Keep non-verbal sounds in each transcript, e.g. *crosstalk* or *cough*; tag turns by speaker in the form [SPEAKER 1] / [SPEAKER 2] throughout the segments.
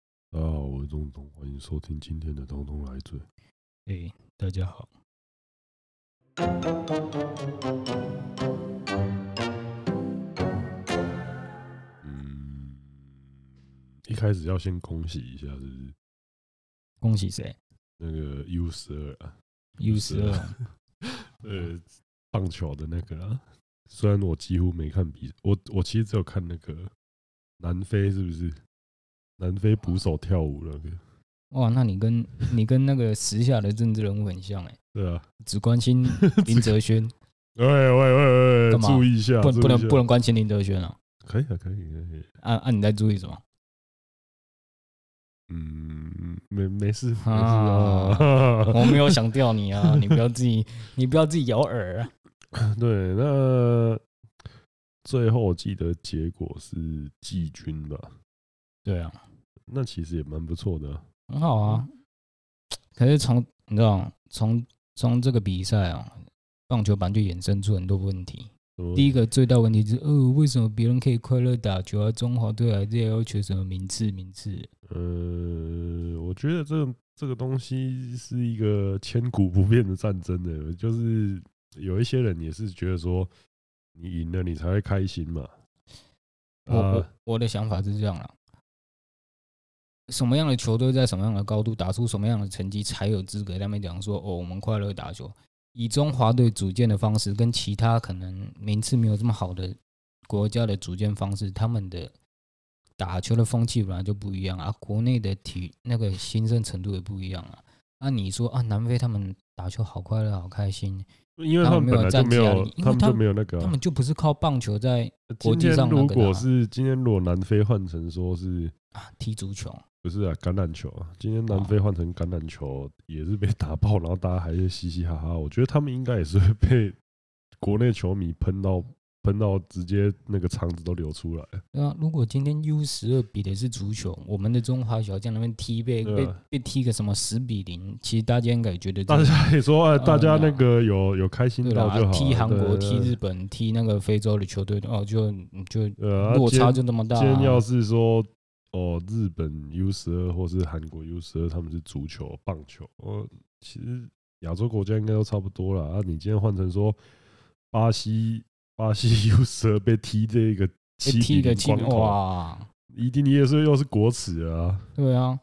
[SPEAKER 1] 大家好，我是东东，欢迎收听今天的《东东来嘴》。
[SPEAKER 2] 哎、大家好。
[SPEAKER 1] 嗯，一开始要先恭喜一下，是不是？
[SPEAKER 2] 恭喜谁
[SPEAKER 1] 那个 U 十二啊，
[SPEAKER 2] ？U
[SPEAKER 1] 是
[SPEAKER 2] 十
[SPEAKER 1] 啊 *laughs*
[SPEAKER 2] 二，
[SPEAKER 1] 呃，棒球的那个啊。虽然我几乎没看比，我我其实只有看那个南非，是不是？南非捕手跳舞那个，
[SPEAKER 2] 哦哇，那你跟你跟那个时下的政治人物很像哎、
[SPEAKER 1] 对啊。
[SPEAKER 2] 只关 *laughs* 心林哲轩，
[SPEAKER 1] *laughs* 喂喂喂喂，
[SPEAKER 2] 干嘛
[SPEAKER 1] 注意一下，
[SPEAKER 2] 不
[SPEAKER 1] 注意
[SPEAKER 2] 能不能
[SPEAKER 1] 一下
[SPEAKER 2] 不能关心林哲轩啊！
[SPEAKER 1] 可以啊，可以，可以。
[SPEAKER 2] 啊啊，你在注意什么？
[SPEAKER 1] 嗯，没没事，没事
[SPEAKER 2] 啊
[SPEAKER 1] 啊。
[SPEAKER 2] 我没有想掉你啊！你不要自己，你不要自己咬饵啊！
[SPEAKER 1] 对，那最后记得结果是季军吧？
[SPEAKER 2] 对啊，
[SPEAKER 1] 那其实也蛮不错的啊、
[SPEAKER 2] 很好啊。可是从你知道，哦从从这个比赛啊，棒球版就衍生出很多问题。第一
[SPEAKER 1] 个，
[SPEAKER 2] 个最大问题是，呃，为什么别人可以快乐打球啊？中华队还是要求什么名次名次？
[SPEAKER 1] 呃，我觉得这这个东西是一个千古不变的战争的，就是有一些人也是觉得说，你赢了你才会开心嘛。
[SPEAKER 2] 我
[SPEAKER 1] 啊、
[SPEAKER 2] 我我的想法是这样啦，什么样的球队在什么样的高度打出什么样的成绩，才有资格在那边讲说哦，我们快乐打球。以中华队组建的方式，跟其他可能名次没有这么好的国家的组建方式，他们的打球的风气本来就不一样啊，国内的体那个兴盛程度也不一样啊。那、你说啊，南非他们打球好快乐，好开心，
[SPEAKER 1] 因为
[SPEAKER 2] 他
[SPEAKER 1] 他
[SPEAKER 2] 们
[SPEAKER 1] 们
[SPEAKER 2] 没有
[SPEAKER 1] 本来就
[SPEAKER 2] 战
[SPEAKER 1] 没
[SPEAKER 2] 绩压
[SPEAKER 1] 有
[SPEAKER 2] 力，因为
[SPEAKER 1] 他们
[SPEAKER 2] 他
[SPEAKER 1] 就
[SPEAKER 2] 们
[SPEAKER 1] 没有那个啊、
[SPEAKER 2] 他们就不是靠棒球在国
[SPEAKER 1] 今
[SPEAKER 2] 际
[SPEAKER 1] 天
[SPEAKER 2] 上那
[SPEAKER 1] 如
[SPEAKER 2] 个的啊
[SPEAKER 1] 果是今天如果南非换成说是
[SPEAKER 2] 啊踢足球。
[SPEAKER 1] 不是啊，橄榄球啊，今天南非换成橄榄球也是被打爆，然后大家还是嘻嘻哈哈。我觉得他们应该也是会被国内球迷喷到喷到，直接那个肠子都流出来。 *laughs*
[SPEAKER 2] 对啊，如果今天 U 十二比的是足球，我们的中华小将那边踢被、
[SPEAKER 1] 对
[SPEAKER 2] 被
[SPEAKER 1] 啊
[SPEAKER 2] 被踢个什么十比零，其实大家应该也觉得这
[SPEAKER 1] 大家也说，哎，
[SPEAKER 2] 嗯
[SPEAKER 1] 大家那个有有开心
[SPEAKER 2] 对
[SPEAKER 1] 到
[SPEAKER 2] 啦
[SPEAKER 1] 就好，，啊
[SPEAKER 2] 踢韩国、
[SPEAKER 1] 对
[SPEAKER 2] 踢日，本、踢那个非洲的球队，哦，就就
[SPEAKER 1] 呃，啊
[SPEAKER 2] 落
[SPEAKER 1] 今
[SPEAKER 2] 差
[SPEAKER 1] 天
[SPEAKER 2] 就这么大、
[SPEAKER 1] 今天要
[SPEAKER 2] 啊。
[SPEAKER 1] 是说哦，日本 U 十二或是韩国 U 十二，他们是足球、棒球，哦，其实亚洲国家应该都差不多了啊。你今天换成说巴西，巴西 U 十二被踢这个
[SPEAKER 2] 被
[SPEAKER 1] 七
[SPEAKER 2] 踢
[SPEAKER 1] 比
[SPEAKER 2] 个
[SPEAKER 1] 零
[SPEAKER 2] 七
[SPEAKER 1] 光头，
[SPEAKER 2] 哇，
[SPEAKER 1] 一定也是又是国耻了啊。
[SPEAKER 2] 对啊，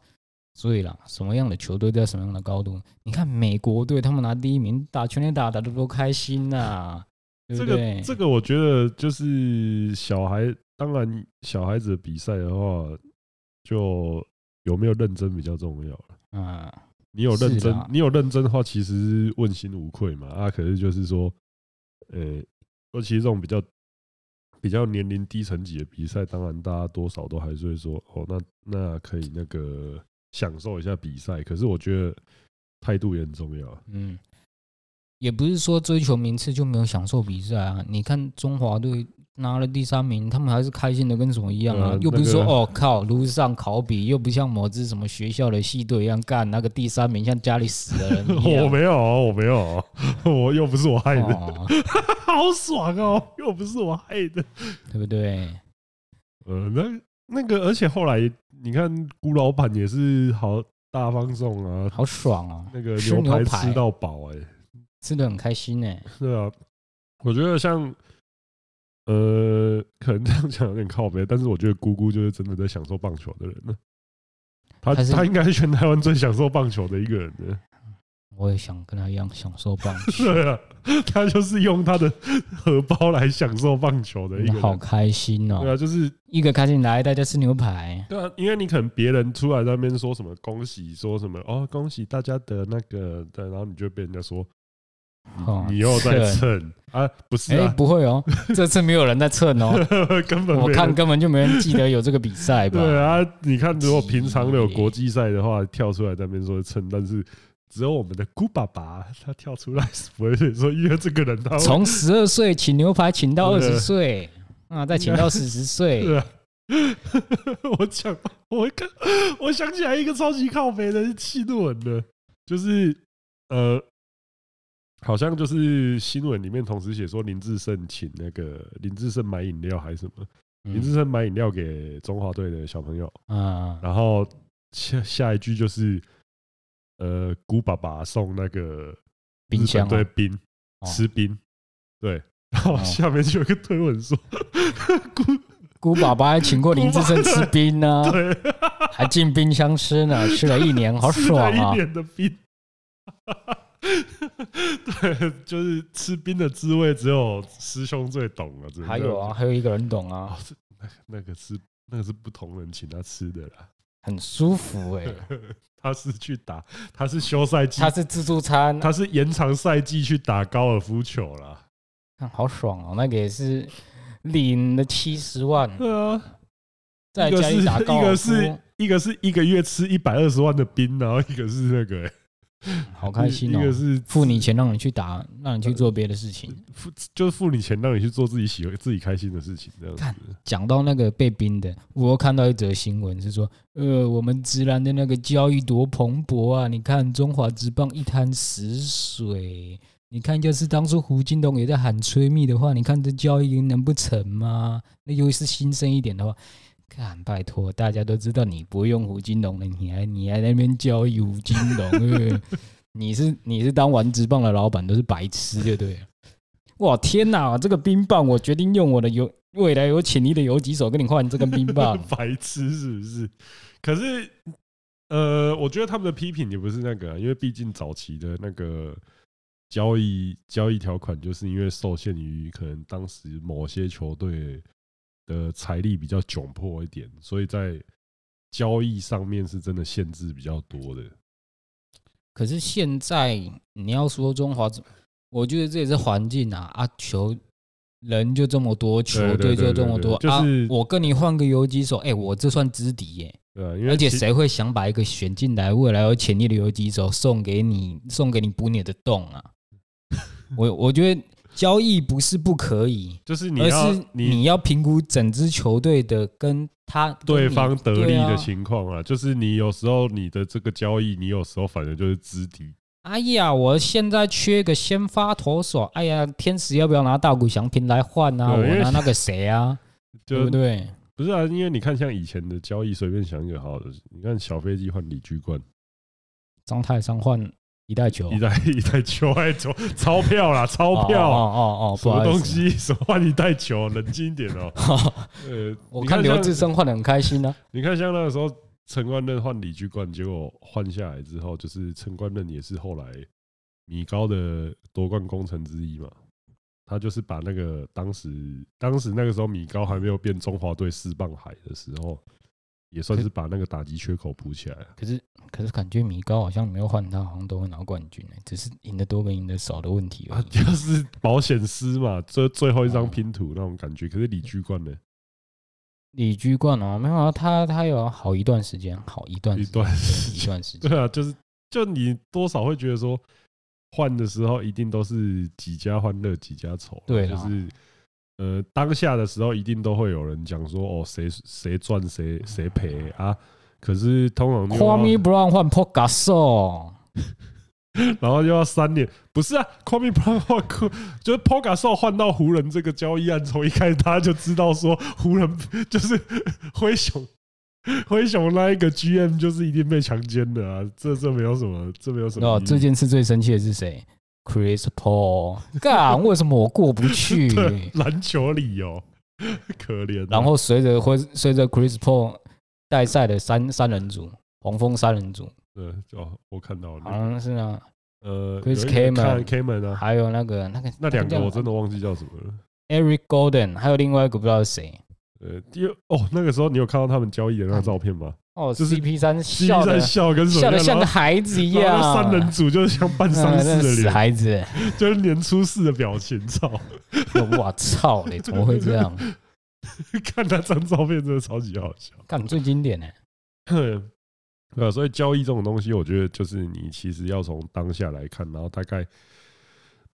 [SPEAKER 2] 所以啦，什么样的球队在什么样的高度，你看美国队他们拿第一名，打全垒打打得多开心呐、对
[SPEAKER 1] 这
[SPEAKER 2] 不
[SPEAKER 1] 个
[SPEAKER 2] 对？
[SPEAKER 1] 这个，我觉得就是小孩，当然小孩子的比赛的话，就有没有认真比较重要。
[SPEAKER 2] 嗯，
[SPEAKER 1] 你有认
[SPEAKER 2] 是
[SPEAKER 1] 真
[SPEAKER 2] 啦，
[SPEAKER 1] 你有认真的话，其实是问心无愧嘛。啊，可是就是说，呃、尤其是这种比较比较年龄低层级的比赛，当然大家多少都还是会说，哦，那那可以那个享受一下比赛。可是我觉得态度也很重要啊。
[SPEAKER 2] 嗯，也不是说追求名次就没有享受比赛啊。你看中华队拿了第三名，他们还是开心的跟什么一样啊
[SPEAKER 1] 呃，
[SPEAKER 2] 又不是说
[SPEAKER 1] 那个
[SPEAKER 2] 哦靠，路上考比，又不像某支什么学校的系队一样干那个第三名像家里死了人一
[SPEAKER 1] *laughs*
[SPEAKER 2] 样。
[SPEAKER 1] 我没有哦，我没有哦， *laughs* 我又不是我害的，
[SPEAKER 2] 哦，
[SPEAKER 1] 好爽哦，又不是我害的。
[SPEAKER 2] 对不对？
[SPEAKER 1] 呃，那那个，而且后来你看，辜老板也是好大放送啊，
[SPEAKER 2] 好爽哦，
[SPEAKER 1] 那个
[SPEAKER 2] 吃
[SPEAKER 1] 牛
[SPEAKER 2] 牛
[SPEAKER 1] 排
[SPEAKER 2] 排
[SPEAKER 1] 吃到饱，哎，
[SPEAKER 2] 吃的很开心呢。
[SPEAKER 1] 对啊，我觉得像呃，可能这样讲有点靠背，但是我觉得姑姑就是真的在享受棒球的人呢。他
[SPEAKER 2] 他是
[SPEAKER 1] 他应该是全台湾最享受棒球的一个人呢。
[SPEAKER 2] 我也想跟他一样享受棒
[SPEAKER 1] *laughs*
[SPEAKER 2] 球，
[SPEAKER 1] 对啊，他就是用他的荷包来享受棒球的一个
[SPEAKER 2] 嗯好
[SPEAKER 1] 人。
[SPEAKER 2] 开心
[SPEAKER 1] 对
[SPEAKER 2] 哦！
[SPEAKER 1] 啊，就是
[SPEAKER 2] 一个开心来，大家吃牛排，
[SPEAKER 1] 对啊，因为你可能别人出来在那边说什么恭喜，说什么哦恭喜大家的那个，对，然后你就被人家说你
[SPEAKER 2] 哦
[SPEAKER 1] 你又在
[SPEAKER 2] 蹭
[SPEAKER 1] 蹭啊，不是
[SPEAKER 2] 哎，
[SPEAKER 1] 啊，
[SPEAKER 2] 不会哦，这次没有人在蹭哦，
[SPEAKER 1] *laughs* 根本
[SPEAKER 2] *laughs* 我
[SPEAKER 1] 没
[SPEAKER 2] 看
[SPEAKER 1] 人
[SPEAKER 2] 根本就没人记得有这个比赛吧？
[SPEAKER 1] 对啊，你看，如果平常有国际赛的话，跳出来在那边说蹭，但是只有我们的姑爸爸他跳出来是不会说，因为这个人他会
[SPEAKER 2] 从十二岁请牛排请到二
[SPEAKER 1] 对
[SPEAKER 2] 十岁，啊，再请到四十岁，
[SPEAKER 1] *laughs* 对啊 *laughs* 我讲，我看，我想起来一个超级靠北的气怒人了，就是呃，好像就是新闻里面同时写说林志胜请那个林志胜买饮料还是什么，林志
[SPEAKER 2] 嗯
[SPEAKER 1] 胜买饮料给中华队的小朋友，
[SPEAKER 2] 啊，
[SPEAKER 1] 然后下下一句就是呃，姑爸爸送那个
[SPEAKER 2] 冰箱、
[SPEAKER 1] 对
[SPEAKER 2] 哦，
[SPEAKER 1] 冰
[SPEAKER 2] 哦
[SPEAKER 1] 吃冰，对，然后
[SPEAKER 2] 哦
[SPEAKER 1] 下面就有一个推文说姑
[SPEAKER 2] 姑爸爸还请过林志胜吃冰
[SPEAKER 1] *laughs*
[SPEAKER 2] 呢、
[SPEAKER 1] 对，啊
[SPEAKER 2] 还进冰箱吃呢，吃了一年，哦
[SPEAKER 1] *laughs*
[SPEAKER 2] 好
[SPEAKER 1] 吃了
[SPEAKER 2] 爽啊
[SPEAKER 1] 一！脸的冰，对， *laughs* 就是吃冰的滋味只有师兄最懂了，只能
[SPEAKER 2] 还
[SPEAKER 1] 这样
[SPEAKER 2] 有啊，
[SPEAKER 1] 讲，
[SPEAKER 2] 还有一个人懂啊
[SPEAKER 1] 哦，，是那那个是那个是不同人请他吃的啦。
[SPEAKER 2] 很舒服
[SPEAKER 1] 啊
[SPEAKER 2] 哎、
[SPEAKER 1] 他是去打，他是休赛季
[SPEAKER 2] 他，是自助餐，
[SPEAKER 1] 他是延长赛季去打高尔夫球啦。
[SPEAKER 2] 看好爽哦、那个也是领了七十
[SPEAKER 1] *laughs*
[SPEAKER 2] 万，
[SPEAKER 1] 对啊，
[SPEAKER 2] 在
[SPEAKER 1] 一个
[SPEAKER 2] 家里
[SPEAKER 1] 是
[SPEAKER 2] 打高
[SPEAKER 1] 一个
[SPEAKER 2] 尔夫，
[SPEAKER 1] 是一个是一个月吃一百二十万的冰，然后一个是那个、欸
[SPEAKER 2] 好开心哦、
[SPEAKER 1] 一个是
[SPEAKER 2] 付你钱让你去打，让你去做别的事情。
[SPEAKER 1] 付就是付你钱让你去做自己喜欢、自己开心的事情，这样
[SPEAKER 2] 看
[SPEAKER 1] 子。。
[SPEAKER 2] 讲到那个被冰的，我又看到一则新闻是说，呃，我们直男的那个交易多蓬勃啊！你看中华职棒一滩死水，你看要是当初胡金龙也在喊吹密的话，你看这交易能不成吗？那尤其是新生一点的话，看拜托，大家都知道你不用胡金龙了，你还你还在那边交易胡金龙，呃 *laughs* 你是你是当玩职棒的老板都是白痴，对不对了？哇天哪！这个冰棒，我决定用我的游未来有潜力的游击手跟你换这根冰棒
[SPEAKER 1] *laughs* 白痴是不是？可是，呃，我觉得他们的批评也不是那个啊、因为毕竟早期的那个交易交易条款，就是因为受限于可能当时某些球队的财力比较窘迫一点，所以在交易上面是真的限制比较多的。
[SPEAKER 2] 可是现在你要说中华，我觉得这也是环境啊啊，球人就这么多，球
[SPEAKER 1] 对对
[SPEAKER 2] 队就
[SPEAKER 1] 对
[SPEAKER 2] 这么多
[SPEAKER 1] 对对
[SPEAKER 2] 啊
[SPEAKER 1] 就是！
[SPEAKER 2] 我跟你换个游击手，哎，我这算知敌耶！
[SPEAKER 1] 对、啊，因为
[SPEAKER 2] 而且
[SPEAKER 1] 其
[SPEAKER 2] 谁会想把一个选进来未来有潜力的游击手送给你，送给你补你的洞
[SPEAKER 1] *laughs*
[SPEAKER 2] 啊？我我觉得交易不是不可以，
[SPEAKER 1] 就是你
[SPEAKER 2] 而
[SPEAKER 1] 要
[SPEAKER 2] 是
[SPEAKER 1] 你
[SPEAKER 2] 你要评估整支球队的跟他跟
[SPEAKER 1] 对
[SPEAKER 2] 你
[SPEAKER 1] 方得利
[SPEAKER 2] 对
[SPEAKER 1] 的
[SPEAKER 2] 啊
[SPEAKER 1] 情况啊，就是你有时候你的这个交易，你有时候反正就是知敌
[SPEAKER 2] 哎呀，我现在缺个先发投手。哎呀，天使要不要拿大谷翔平来换啊？
[SPEAKER 1] 对因
[SPEAKER 2] 我
[SPEAKER 1] 为
[SPEAKER 2] 拿那个谁 *laughs* 啊，对
[SPEAKER 1] 就
[SPEAKER 2] 不对？
[SPEAKER 1] 不是啊，因为你看，像以前的交易，随便想一个好的，你看小飞机换李居冠，
[SPEAKER 2] 张泰山换一代球，
[SPEAKER 1] 一代 *laughs* 一代球还球钞票啦，钞票
[SPEAKER 2] 哦
[SPEAKER 1] 啊，
[SPEAKER 2] 哦哦哦，
[SPEAKER 1] 什
[SPEAKER 2] 不
[SPEAKER 1] 么
[SPEAKER 2] 好
[SPEAKER 1] 东
[SPEAKER 2] 意 *laughs* 思。
[SPEAKER 1] 西，什么换一代球，冷静一点哦。呃，
[SPEAKER 2] *laughs* 我
[SPEAKER 1] 你
[SPEAKER 2] 看刘
[SPEAKER 1] 像
[SPEAKER 2] 志，生换的很开心啊呢。
[SPEAKER 1] 你看像那个时候陈冠任换李居冠，结果换下来之后，就是陈冠任也是后来米高的夺冠功臣之一嘛。他就是把那个当时当时那个时候米高还没有变中华队四棒海的时候，也算是把那个打击缺口补起来啊。
[SPEAKER 2] 可是可是感觉米高好像没有换他，好像都会拿冠军欸只是赢的多跟赢的少的问题而
[SPEAKER 1] 啊，
[SPEAKER 2] 已。
[SPEAKER 1] 就是保险丝嘛，最最后一张拼图那种感觉。可是李居冠呢，
[SPEAKER 2] 李居冠哦，没有啊，他他有好一段时间，好一段
[SPEAKER 1] 一
[SPEAKER 2] 时间
[SPEAKER 1] 段时
[SPEAKER 2] 一
[SPEAKER 1] 间，
[SPEAKER 2] 段时间。
[SPEAKER 1] *laughs*
[SPEAKER 2] *laughs*
[SPEAKER 1] 对啊，就是就你多少会觉得说，换的时候一定都是几家欢乐几家愁啊，
[SPEAKER 2] 对
[SPEAKER 1] 就
[SPEAKER 2] 啦
[SPEAKER 1] 是呃当下的时候一定都会有人讲说哦谁谁赚谁谁赔啊。可是通常就
[SPEAKER 2] Kwame
[SPEAKER 1] 要
[SPEAKER 2] Brown 换 p o g a s o
[SPEAKER 1] *laughs* 然后又要三年，不是啊 c a l m e Brown 换库，就是 p o g a s o 换到湖人这个交易案，从一开始大家就知道说湖人就是 *laughs* 灰熊，灰熊那一个 GM 就是一定被强奸的啊，这这没有什么，这没有什么疑
[SPEAKER 2] 哦，
[SPEAKER 1] 义。
[SPEAKER 2] 这件事最生气的是谁？Chris Paul，干， *laughs* 为什么我过不去？
[SPEAKER 1] *laughs* 对篮球理由， *laughs* 可怜啊、
[SPEAKER 2] 然后随着会随着 Chris Paul 带赛的三三人组，黄蜂三人组，
[SPEAKER 1] 对，哦，我看到
[SPEAKER 2] 好
[SPEAKER 1] 了，
[SPEAKER 2] 像是啊，
[SPEAKER 1] 呃
[SPEAKER 2] Chris
[SPEAKER 1] 有一个看
[SPEAKER 2] Kaman
[SPEAKER 1] Kaman 啊，
[SPEAKER 2] 还有那个那个
[SPEAKER 1] 那两个
[SPEAKER 2] 叫
[SPEAKER 1] 我真的忘记叫什么了。
[SPEAKER 2] Eric Golden，还有另外一个不知道是谁。
[SPEAKER 1] 呃，第二哦，那个时候你有看到他们交易的那个照片吗？
[SPEAKER 2] 哦
[SPEAKER 1] 就是
[SPEAKER 2] CP 三
[SPEAKER 1] 西
[SPEAKER 2] *laughs* 笑
[SPEAKER 1] 在
[SPEAKER 2] 的
[SPEAKER 1] 笑跟什么
[SPEAKER 2] 笑
[SPEAKER 1] 样？
[SPEAKER 2] 的像
[SPEAKER 1] 然后
[SPEAKER 2] 个孩子一
[SPEAKER 1] 然
[SPEAKER 2] 样，
[SPEAKER 1] 后那三人组就是像办丧
[SPEAKER 2] *laughs* 嗯那
[SPEAKER 1] 事的
[SPEAKER 2] 死
[SPEAKER 1] 脸，
[SPEAKER 2] 孩子，
[SPEAKER 1] 就是年初四的表情照。
[SPEAKER 2] 我操嘞，怎么会这样？
[SPEAKER 1] *laughs* 看那张照片真的超级好笑。
[SPEAKER 2] 干最经典呢，
[SPEAKER 1] *laughs* 对啊，所以交易这种东西，我觉得就是你其实要从当下来看，然后大概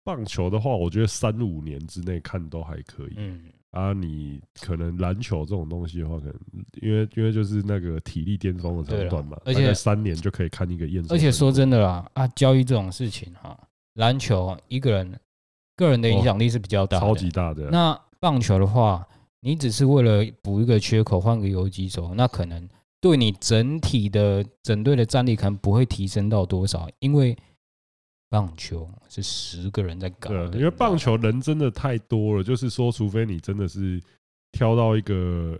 [SPEAKER 1] 棒球的话，我觉得三五年之内看都还可以。
[SPEAKER 2] 嗯，
[SPEAKER 1] 啊，你可能篮球这种东西的话，可能因为因为就是那个体力巅峰的
[SPEAKER 2] 对
[SPEAKER 1] 长
[SPEAKER 2] 啦
[SPEAKER 1] 短嘛，
[SPEAKER 2] 而
[SPEAKER 1] 大概
[SPEAKER 2] 且
[SPEAKER 1] 三年就可以看一个验收。
[SPEAKER 2] 而且说，真的啦，啊，交易这种事情哈、篮球一个人个人的影响力是比较大的，
[SPEAKER 1] 哦
[SPEAKER 2] 啊
[SPEAKER 1] 超级大的。
[SPEAKER 2] 那棒球的话，你只是为了补一个缺口，换个游击手，那可能对你整体的整队的战力可能不会提升到多少，因为棒球是十个人在搞
[SPEAKER 1] 对啊
[SPEAKER 2] 的，，
[SPEAKER 1] 因为棒球人真的太多了，就是说，除非你真的是挑到一个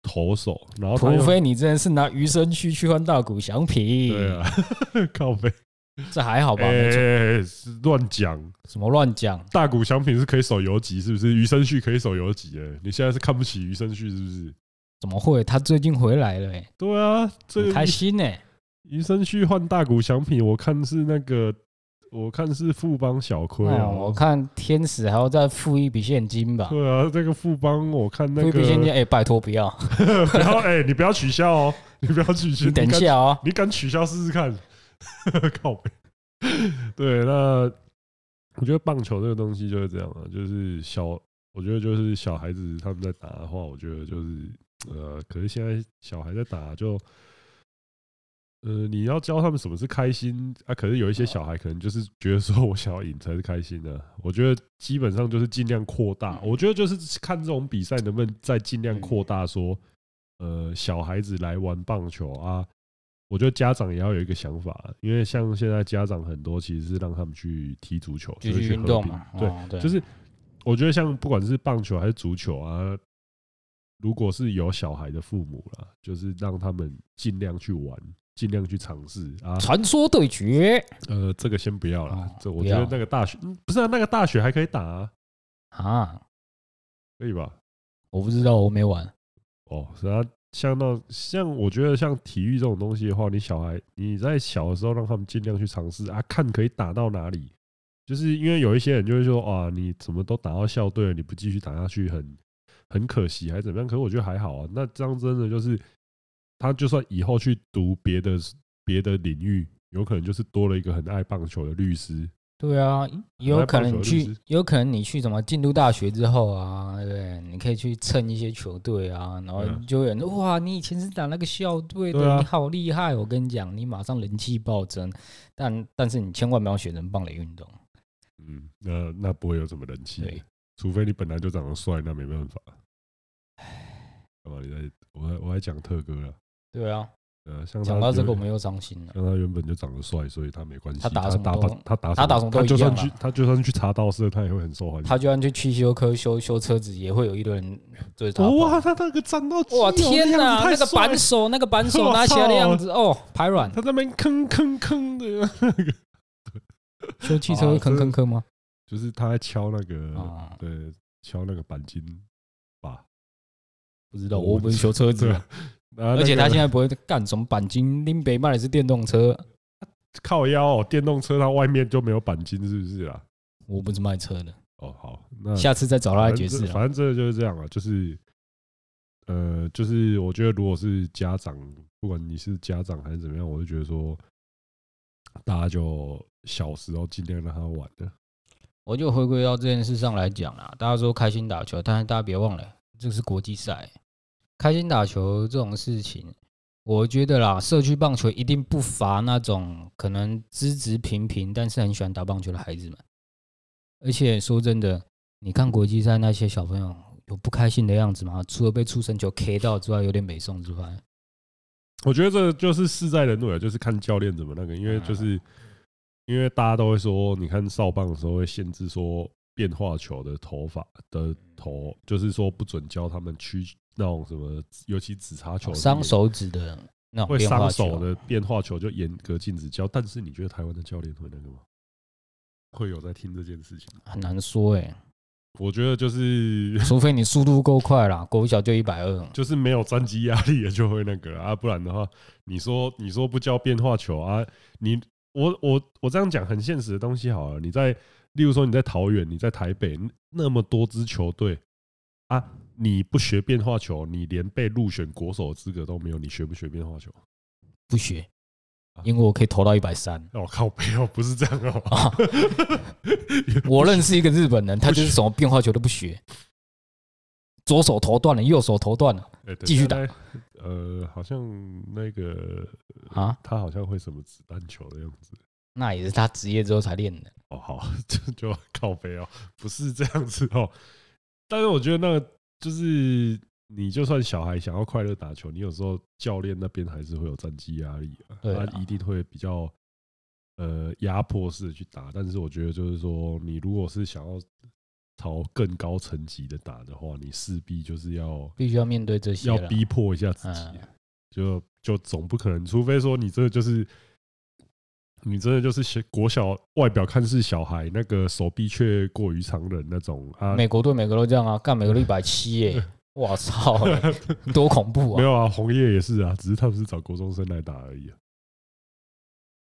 [SPEAKER 1] 投手，然后他又
[SPEAKER 2] 除非你真的是拿余生区去换大谷翔平，
[SPEAKER 1] 对啊， *laughs* 靠背，
[SPEAKER 2] 这还好吧？没错，
[SPEAKER 1] 哎，是乱讲。
[SPEAKER 2] 什么乱讲？
[SPEAKER 1] 大谷翔平是可以手游级，是不是？余生旭可以手游级，哎，你现在是看不起余生旭，是不是？
[SPEAKER 2] 怎么会？他最近回来了、欸，
[SPEAKER 1] 对啊，这
[SPEAKER 2] 很
[SPEAKER 1] 个
[SPEAKER 2] 开心呢、哎
[SPEAKER 1] 余生旭换大谷翔平，我看是那个，我看是富邦小亏啊，
[SPEAKER 2] 哦，我看天使还要再付一笔现金吧，
[SPEAKER 1] 对啊，这个富邦，我看那
[SPEAKER 2] 付一笔现金，
[SPEAKER 1] 个
[SPEAKER 2] 哎、拜托不要，
[SPEAKER 1] *laughs* 不要哎、你不要取消哦，你不要取消，
[SPEAKER 2] *laughs* 你等一
[SPEAKER 1] 敢
[SPEAKER 2] 下哦。
[SPEAKER 1] 你敢取消试试看？ *laughs* 靠北！对，那我觉得棒球这个东西就是这样啊，就是小，我觉得就是小孩子他们在打的话，我觉得就是呃，可是现在小孩在打就。呃，你要教他们什么是开心啊？可是有一些小孩可能就是觉得说，我想要赢才是开心的、我觉得基本上就是尽量扩大，
[SPEAKER 2] 嗯
[SPEAKER 1] 我觉得就是看这种比赛能不能再尽量扩大说，呃，小孩子来玩棒球啊，我觉得家长也要有一个想法，因为像现在家长很多其实是让他们去踢足球，
[SPEAKER 2] 就
[SPEAKER 1] 就是
[SPEAKER 2] 去
[SPEAKER 1] 去
[SPEAKER 2] 运
[SPEAKER 1] 合
[SPEAKER 2] 动
[SPEAKER 1] 并
[SPEAKER 2] 嘛，
[SPEAKER 1] 对，
[SPEAKER 2] 哦对，
[SPEAKER 1] 就是我觉得像不管是棒球还是足球啊，如果是有小孩的父母啦，就是让他们尽量去玩，尽量去尝试啊。
[SPEAKER 2] 传说对决
[SPEAKER 1] 呃，这个先不要啦，
[SPEAKER 2] 哦
[SPEAKER 1] 这我
[SPEAKER 2] 不
[SPEAKER 1] 觉得
[SPEAKER 2] 要
[SPEAKER 1] 那个大学、嗯不是啊，那个大学还可以打、啊，
[SPEAKER 2] 啊，
[SPEAKER 1] 可以吧？
[SPEAKER 2] 我不知道，我没玩。
[SPEAKER 1] 哦，是啊，像那像我觉得像体育这种东西的话，你小孩你在小的时候让他们尽量去尝试啊，看可以打到哪里。就是因为有一些人就会说啊，你怎么都打到校队了，你不继续打下去很很可惜，还是怎么样？可是我觉得还好啊。那这样真的就是，他就算以后去读别的别的领域，有可能就是多了一个很爱棒球的律师。
[SPEAKER 2] 对啊，也有
[SPEAKER 1] 来
[SPEAKER 2] 可
[SPEAKER 1] 棒
[SPEAKER 2] 能
[SPEAKER 1] 球
[SPEAKER 2] 你
[SPEAKER 1] 律
[SPEAKER 2] 去
[SPEAKER 1] 师，
[SPEAKER 2] 有可能你去什么进入大学之后啊，对不对？你可以去蹭一些球队啊，然后
[SPEAKER 1] 嗯
[SPEAKER 2] 就有人说哇，你以前是打那个校队
[SPEAKER 1] 对
[SPEAKER 2] 的，
[SPEAKER 1] 啊
[SPEAKER 2] 你好厉害！我跟你讲，你马上人气暴增。但但是你千万不要选成棒垒运动，
[SPEAKER 1] 嗯，那那不会有什么人气。
[SPEAKER 2] 对，
[SPEAKER 1] 除非你本来就长得帅，那没办法。干嘛？你在我还我还讲特哥了，
[SPEAKER 2] 对啊。
[SPEAKER 1] 呃，像他
[SPEAKER 2] 讲到这
[SPEAKER 1] 原
[SPEAKER 2] 个，我们又伤心了。
[SPEAKER 1] 像他原本就长得帅，所以他没关系。
[SPEAKER 2] 他打什么
[SPEAKER 1] 打
[SPEAKER 2] 都
[SPEAKER 1] 他打
[SPEAKER 2] 他
[SPEAKER 1] 他
[SPEAKER 2] 打什么都
[SPEAKER 1] 他就
[SPEAKER 2] 一样
[SPEAKER 1] 算
[SPEAKER 2] 啦
[SPEAKER 1] 去他就算去查道士，他也会很受欢迎。
[SPEAKER 2] 他就算去汽修科修修车子，也会有一堆人追他跑。
[SPEAKER 1] 哦哇，他那个战哦到
[SPEAKER 2] 哇天
[SPEAKER 1] 哪
[SPEAKER 2] 哪！，那个
[SPEAKER 1] 板
[SPEAKER 2] 扳，手，那个扳手 *laughs*
[SPEAKER 1] 我
[SPEAKER 2] 拿起来的
[SPEAKER 1] 操
[SPEAKER 2] 样子，哦，排卵。
[SPEAKER 1] 他在那边吭吭吭
[SPEAKER 2] *laughs*
[SPEAKER 1] 的，
[SPEAKER 2] 修汽
[SPEAKER 1] 好
[SPEAKER 2] 车
[SPEAKER 1] 啊
[SPEAKER 2] 会坑
[SPEAKER 1] 这
[SPEAKER 2] 坑坑吗？
[SPEAKER 1] 就是他在敲那个
[SPEAKER 2] 啊，
[SPEAKER 1] 对敲那个钣金吧。
[SPEAKER 2] 不知道，
[SPEAKER 1] 我
[SPEAKER 2] 我不是修车子
[SPEAKER 1] 对
[SPEAKER 2] 的。
[SPEAKER 1] 啊然后那
[SPEAKER 2] 而且
[SPEAKER 1] 个
[SPEAKER 2] 他现在不会干什么钣金，拎北卖的是电动车，
[SPEAKER 1] 靠腰哦，电动车它外面就没有钣金，是不是啊？
[SPEAKER 2] 我不是卖车的，
[SPEAKER 1] 哦，好，那
[SPEAKER 2] 下次再找他来解
[SPEAKER 1] 反
[SPEAKER 2] 释
[SPEAKER 1] 正这
[SPEAKER 2] 啊。
[SPEAKER 1] 反正这就是这样啊，就是呃，就是我觉得如果是家长，不管你是家长还是怎么样，我就觉得说，大家就小时候尽量让他玩的。
[SPEAKER 2] 我就回归到这件事上来讲啦，大家说开心打球，但是大家别忘了，这是国际赛，开心打球这种事情，我觉得啦，社区棒球一定不乏那种可能资质平平，但是很喜欢打棒球的孩子们。而且说真的，你看国际赛那些小朋友有不开心的样子吗？除了被出生球 K 到之外，有点美送之外，
[SPEAKER 1] 我觉得这就是事在人为啊，就是看教练怎么那个，因为
[SPEAKER 2] 嗯
[SPEAKER 1] 就是因为大家都会说，你看少棒的时候会限制说变化球的头发的
[SPEAKER 2] 嗯
[SPEAKER 1] 头，就是说不准教他们去那种什么，尤其紫叉球
[SPEAKER 2] 哦伤手指的那种
[SPEAKER 1] 会
[SPEAKER 2] 变
[SPEAKER 1] 伤
[SPEAKER 2] 化球
[SPEAKER 1] 手的变化球就严格禁止教。但是你觉得台湾的教练会那个吗？会有在听这件事情吗？
[SPEAKER 2] 很难说哎、
[SPEAKER 1] 我觉得就是，
[SPEAKER 2] 除非你速度够快啦，国小就一百二
[SPEAKER 1] 就是没有战绩压力也就会那个了啊，不然的话，你说你说不教变化球啊，你我我我这样讲很现实的东西好了，你在例如说你在桃园，你在台北那么多支球队啊，你不学变化球，你连被入选国手的资格都没有，你学不学变化球？
[SPEAKER 2] 不学
[SPEAKER 1] 啊，
[SPEAKER 2] 因为我可以投到一百三。
[SPEAKER 1] 哦靠，没有，不是这样哦、
[SPEAKER 2] 啊我认识一个日本
[SPEAKER 1] *laughs*
[SPEAKER 2] 人，他就是
[SPEAKER 1] 学
[SPEAKER 2] 什么变化球都不学，左手投断了，右手投断了
[SPEAKER 1] 哎对
[SPEAKER 2] 继续打
[SPEAKER 1] 但那呃，好像那个
[SPEAKER 2] 啊，
[SPEAKER 1] 他好像会什么子弹球的样子。
[SPEAKER 2] 那也是他职业之后才练的。
[SPEAKER 1] 哦，好，就就靠背哦，不是这样子哦。但是我觉得那个就是你就算小孩想要快乐打球，你有时候教练那边还是会有战绩压力啊，
[SPEAKER 2] 对啊
[SPEAKER 1] 他一定会比较呃压迫式的去打。但是我觉得就是说，你如果是想要朝更高层级的打的话，你势必就是要
[SPEAKER 2] 必须要面对这些
[SPEAKER 1] 要
[SPEAKER 2] 啦
[SPEAKER 1] 逼迫一下自己
[SPEAKER 2] 嗯
[SPEAKER 1] 啊，就就总不可能，除非说你真的就是。你真的就是小国小外表看似小孩，那个手臂却过于常人那种啊，
[SPEAKER 2] 美国队每个都这样啊，干每个都一百
[SPEAKER 1] *laughs*
[SPEAKER 2] 七耶，我操嘞，多恐怖
[SPEAKER 1] 没
[SPEAKER 2] 啊！
[SPEAKER 1] 有啊，红叶也是啊，只是他们是找国中生来打而已、啊。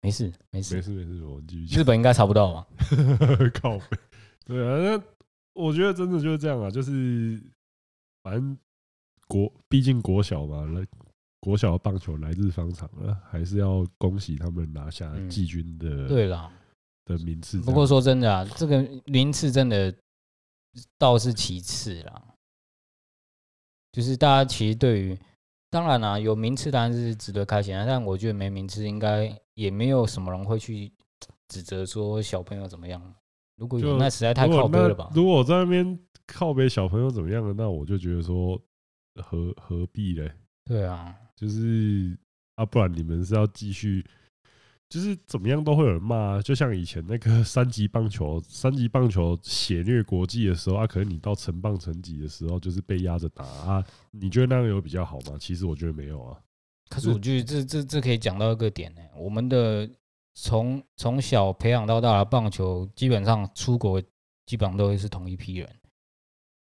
[SPEAKER 2] 没事没
[SPEAKER 1] 没
[SPEAKER 2] 事，
[SPEAKER 1] 事没事，我们继续
[SPEAKER 2] 日本应该查不到嘛。
[SPEAKER 1] 讲。 *laughs* 靠北，对啊，那我觉得真的就是这样啊，就是反正国毕竟国小嘛，来国小的棒球来日方长了，还是要恭喜他们拿下
[SPEAKER 2] 嗯
[SPEAKER 1] 季军的、
[SPEAKER 2] 对啦，
[SPEAKER 1] 的名次这样。
[SPEAKER 2] 不过说真的啊，这个名次真的倒是其次啦。就是大家其实对于，当然啦、有名次当然是值得开心啊，但我觉得没名次应该也没有什么人会去指责说小朋友怎么样。如果有，
[SPEAKER 1] 就
[SPEAKER 2] 那实在太
[SPEAKER 1] 如
[SPEAKER 2] 靠
[SPEAKER 1] 果
[SPEAKER 2] 背
[SPEAKER 1] 那
[SPEAKER 2] 了吧？
[SPEAKER 1] 如果我在那边靠北小朋友怎么样了，那我就觉得说何何必嘞？
[SPEAKER 2] 对啊，
[SPEAKER 1] 就是啊，不然你们是要继续，就是怎么样都会有人骂、啊。就像以前那个 *laughs* 三级棒球，三级棒球血虐国际的时候啊，可能你到城棒层级的时候，就是被压着打啊。你觉得那样有比较好吗？其实我觉得没有啊。
[SPEAKER 2] 可是我觉得这这这可以讲到一个点呢、我们的从从小培养到大的棒球，基本上出国基本上都会是同一批人，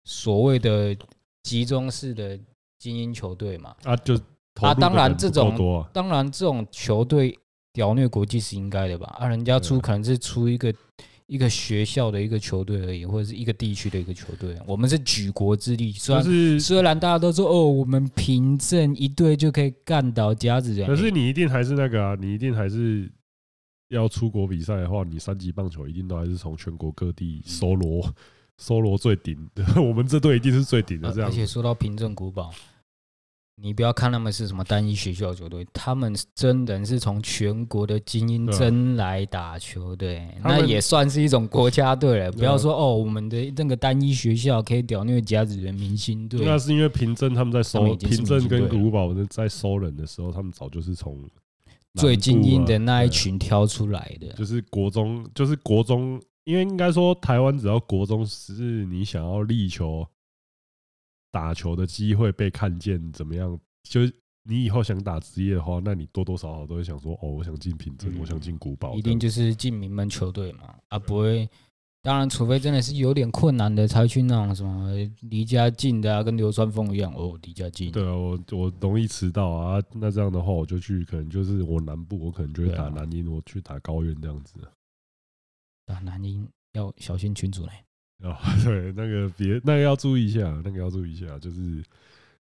[SPEAKER 2] 所谓的集中式的精英球队嘛。
[SPEAKER 1] 啊，就投
[SPEAKER 2] 啊
[SPEAKER 1] 入的
[SPEAKER 2] 当然
[SPEAKER 1] 人
[SPEAKER 2] 这
[SPEAKER 1] 不够
[SPEAKER 2] 种
[SPEAKER 1] 多、啊，
[SPEAKER 2] 当然，这种球队屌虐国际是应该的吧？啊，人家出
[SPEAKER 1] 对啊
[SPEAKER 2] 可能是出一个一个学校的一个球队而已，或者是一个地区的一个球队。啊我们是举国之力，
[SPEAKER 1] 就
[SPEAKER 2] 虽然
[SPEAKER 1] 是
[SPEAKER 2] 虽然大家都说哦，我们凭证一队就可以干倒甲子园，
[SPEAKER 1] 可是你一定还是那个啊，你一定还是要出国比赛的话，你三级棒球一定都还是从全国各地搜
[SPEAKER 2] 嗯
[SPEAKER 1] 罗。搜罗最顶的，我们这队一定是最顶的
[SPEAKER 2] 而
[SPEAKER 1] 这样
[SPEAKER 2] 呃而
[SPEAKER 1] 子。
[SPEAKER 2] 且说到凭证古堡，你不要看他们是什么单一学校球队，他们真人是从全国的精英
[SPEAKER 1] 对啊
[SPEAKER 2] 争来打球队，
[SPEAKER 1] 他
[SPEAKER 2] 那
[SPEAKER 1] 们
[SPEAKER 2] 也算是一种国家队了。
[SPEAKER 1] 对啊
[SPEAKER 2] 不要说哦，我们的那个单一学校可以屌虐甲子园明星队，
[SPEAKER 1] 啊那是因为凭证他们在
[SPEAKER 2] 他们
[SPEAKER 1] 收
[SPEAKER 2] 已经是
[SPEAKER 1] 凭证
[SPEAKER 2] 明
[SPEAKER 1] 跟
[SPEAKER 2] 星队了
[SPEAKER 1] 古堡在收人的时候，他们早就是从南部啊
[SPEAKER 2] 最精英的那一，
[SPEAKER 1] 啊对
[SPEAKER 2] 群挑出来的。
[SPEAKER 1] 就是国中，就是国中，因为应该说台湾只要国中是你想要力求打球的机会被看见，怎么样？就是你以后想打职业的话，那你多多少少都会想说，哦，我想进凭证，
[SPEAKER 2] 嗯
[SPEAKER 1] 我想进古堡，
[SPEAKER 2] 一定就是进名门球队嘛，啊不会，当然除非真的是有点困难的才去那种什么离家近的啊，跟流川枫一样哦，离家近，
[SPEAKER 1] 对啊，我我容易迟到啊，那这样的话我就去，可能就是我南部，我可能就会
[SPEAKER 2] 对啊
[SPEAKER 1] 打南音，我去打高院这样
[SPEAKER 2] *laughs*
[SPEAKER 1] 子。
[SPEAKER 2] 打啊南音要小心群主呢。
[SPEAKER 1] 啊，对，那个别那个要注意一下，那个要注意一下，就是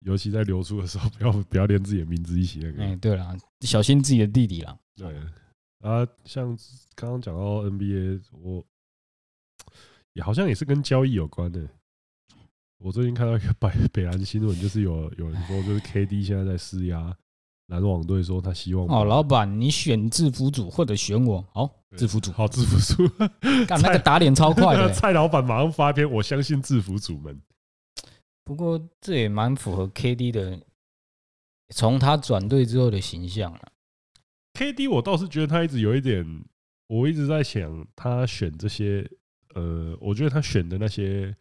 [SPEAKER 1] 尤其在流出的时候，不要不要连自己的名字一起那
[SPEAKER 2] 哎、
[SPEAKER 1] 个。
[SPEAKER 2] 对了，小心自己的弟弟啦。
[SPEAKER 1] 对啊，像刚刚讲到 NBA，我也好像也是跟交易有关的。我最近看到一个北 *laughs* 北篮新闻，就是有有人说，就是 KD 现在在施压篮网队，说他希望
[SPEAKER 2] 哦，老板，你选制服组或者选我，
[SPEAKER 1] *laughs*
[SPEAKER 2] 好，制服组，
[SPEAKER 1] 好制服组，
[SPEAKER 2] 干那个打脸
[SPEAKER 1] *laughs*
[SPEAKER 2] 超快的、
[SPEAKER 1] 蔡老板马上发篇，我相信制服组们。
[SPEAKER 2] 不过这也蛮符合 KD 的，从他转队之后的形象了。
[SPEAKER 1] KD 我倒是觉得他一直有一点，我一直在想他选这些，呃，我觉得他选的那些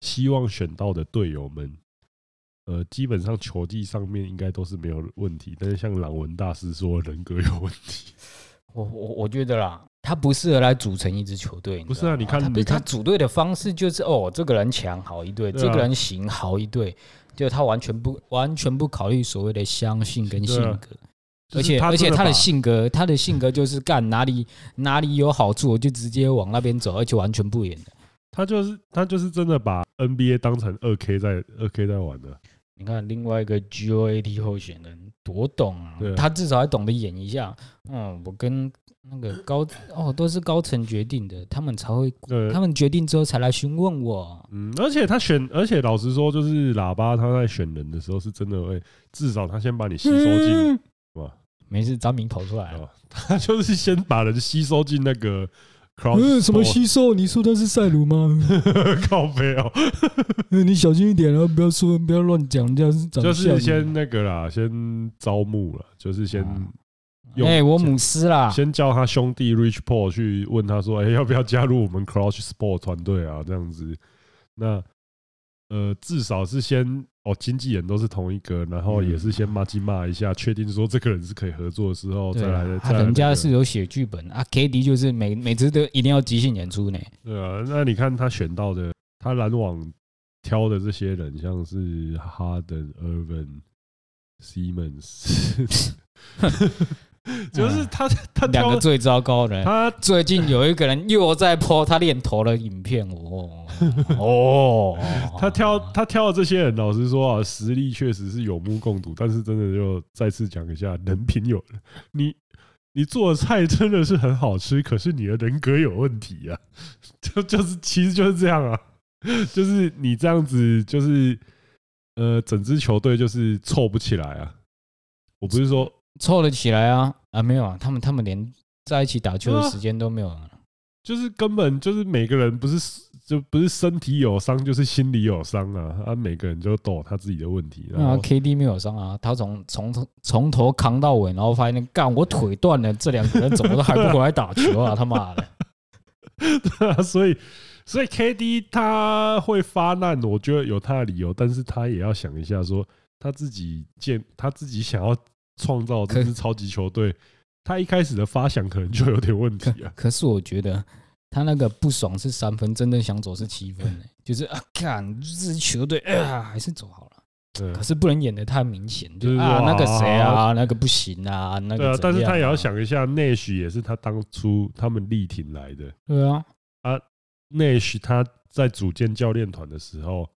[SPEAKER 1] 希望选到的队友们，呃，基本上球技上面应该都是没有问题，但是像朗文大师说人格有问题，
[SPEAKER 2] *laughs* 我我我觉得啦，他不适合来组成一支球队。
[SPEAKER 1] 不是啊
[SPEAKER 2] 知道吗
[SPEAKER 1] 你看
[SPEAKER 2] 他不是
[SPEAKER 1] 你
[SPEAKER 2] 他
[SPEAKER 1] 看
[SPEAKER 2] 组队的方式就是哦，这个人强好一队，
[SPEAKER 1] 对啊
[SPEAKER 2] 这个人行好一队，就他完全不完全不考虑所谓的相信跟性
[SPEAKER 1] 对啊
[SPEAKER 2] 格。
[SPEAKER 1] 就
[SPEAKER 2] 而
[SPEAKER 1] 是
[SPEAKER 2] 且而且
[SPEAKER 1] 真把
[SPEAKER 2] 他的性格，他的性格就是干哪里哪里有好处，我就直接往那边走，而且完全不演的。
[SPEAKER 1] 他就是他就是真的把 NBA 当成二 K 在二 K 在玩的，
[SPEAKER 2] 你看另外一个 GOAT 候选人多懂啊
[SPEAKER 1] 对，啊
[SPEAKER 2] 他至少还懂得演一下。嗯，我跟那个高哦都是高层决定的，他们才会，
[SPEAKER 1] 对
[SPEAKER 2] 他，们决定之后才来询问我。
[SPEAKER 1] 呃嗯，而且他选，而且老实说，就是喇叭他在选人的时候是真的会，至少他先把你吸收进。
[SPEAKER 2] 嗯
[SPEAKER 1] 哇
[SPEAKER 2] 没事，张明跑出来了，
[SPEAKER 1] *laughs*
[SPEAKER 2] *laughs*
[SPEAKER 1] 哦，他就是先把人吸收进那个 crowd
[SPEAKER 2] 呃，什么
[SPEAKER 1] sport
[SPEAKER 2] 吸收？你说它是赛卢吗？ *laughs*
[SPEAKER 1] 靠背哦，
[SPEAKER 2] 呃你小心一点啊，不要说，不要乱讲，人家是 *laughs* 长
[SPEAKER 1] 就是
[SPEAKER 2] 相
[SPEAKER 1] 先那个啦，先招募了，就是先
[SPEAKER 2] 啊
[SPEAKER 1] 用
[SPEAKER 2] 哎，我母狮啦，
[SPEAKER 1] 先叫他兄弟 Rich Paul 去问他说，哎、要不要加入我们 Crouch Sport 团队啊？这样子，那呃，至少是先哦，经纪人都是同一个，然后
[SPEAKER 2] 嗯
[SPEAKER 1] 也是先骂鸡骂一下，确定说这个人是可以合作的时候，
[SPEAKER 2] 对
[SPEAKER 1] 哦再来
[SPEAKER 2] 啊，
[SPEAKER 1] 再
[SPEAKER 2] 他
[SPEAKER 1] 来
[SPEAKER 2] 人
[SPEAKER 1] 那
[SPEAKER 2] 家
[SPEAKER 1] 个
[SPEAKER 2] 是有写剧本啊，KD 就是每每次都一定要即兴演出呢。
[SPEAKER 1] 对啊，那你看他选到的，他篮网挑的这些人，像是 Harden、Irvin、Simmons，就是他他
[SPEAKER 2] 两
[SPEAKER 1] 挑
[SPEAKER 2] 个最糟糕的人，
[SPEAKER 1] 他
[SPEAKER 2] 最近有一个人又在播他练头的影片，哦哦，
[SPEAKER 1] *laughs* 他挑他挑的这些人，老实说啊，实力确实是有目共睹，但是真的就再次讲一下，人品有你你做的菜真的是很好吃，可是你的人格有问题啊， *laughs* 就就是其实就是这样啊，就是你这样子就是呃，整支球队就是凑不起来啊。我不是说
[SPEAKER 2] 凑得起来啊啊没有啊，他们他们连在一起打球的时间都没有啊，
[SPEAKER 1] 就是根本就是每个人不是就不是身体有伤，就是心里有伤啊！啊，每个人就都有他自己的问题。然
[SPEAKER 2] 那
[SPEAKER 1] 后
[SPEAKER 2] KD 啊没有伤啊，他从从头从头扛到尾，然后发现干我腿断了，这两个人怎么都还不回来打球啊，他妈
[SPEAKER 1] *laughs*
[SPEAKER 2] 的！
[SPEAKER 1] 所以，所以 KD 他会发难，我觉得有他的理由，但是他也要想一下，说他自己建，他自己想要创造这
[SPEAKER 2] 可
[SPEAKER 1] 支超级球队，他一开始的发想可能就有点问题啊。
[SPEAKER 2] 可是我觉得他那个不爽是三分，真正想走是七
[SPEAKER 1] *laughs*
[SPEAKER 2] 分、欸，就是啊，干这支球队啊，还是走好
[SPEAKER 1] 嗯
[SPEAKER 2] 了。可，是不能演的太明显，
[SPEAKER 1] 就
[SPEAKER 2] 就
[SPEAKER 1] 是是
[SPEAKER 2] 啊
[SPEAKER 1] 说
[SPEAKER 2] 那个谁
[SPEAKER 1] 啊
[SPEAKER 2] 啊，那个不行啊，那
[SPEAKER 1] 对
[SPEAKER 2] 个、
[SPEAKER 1] 啊，但是他也要
[SPEAKER 2] 想，
[SPEAKER 1] 想一下，内许也是他当初他们力挺来的，
[SPEAKER 2] 对啊，
[SPEAKER 1] 内许他在组建教练团的时候，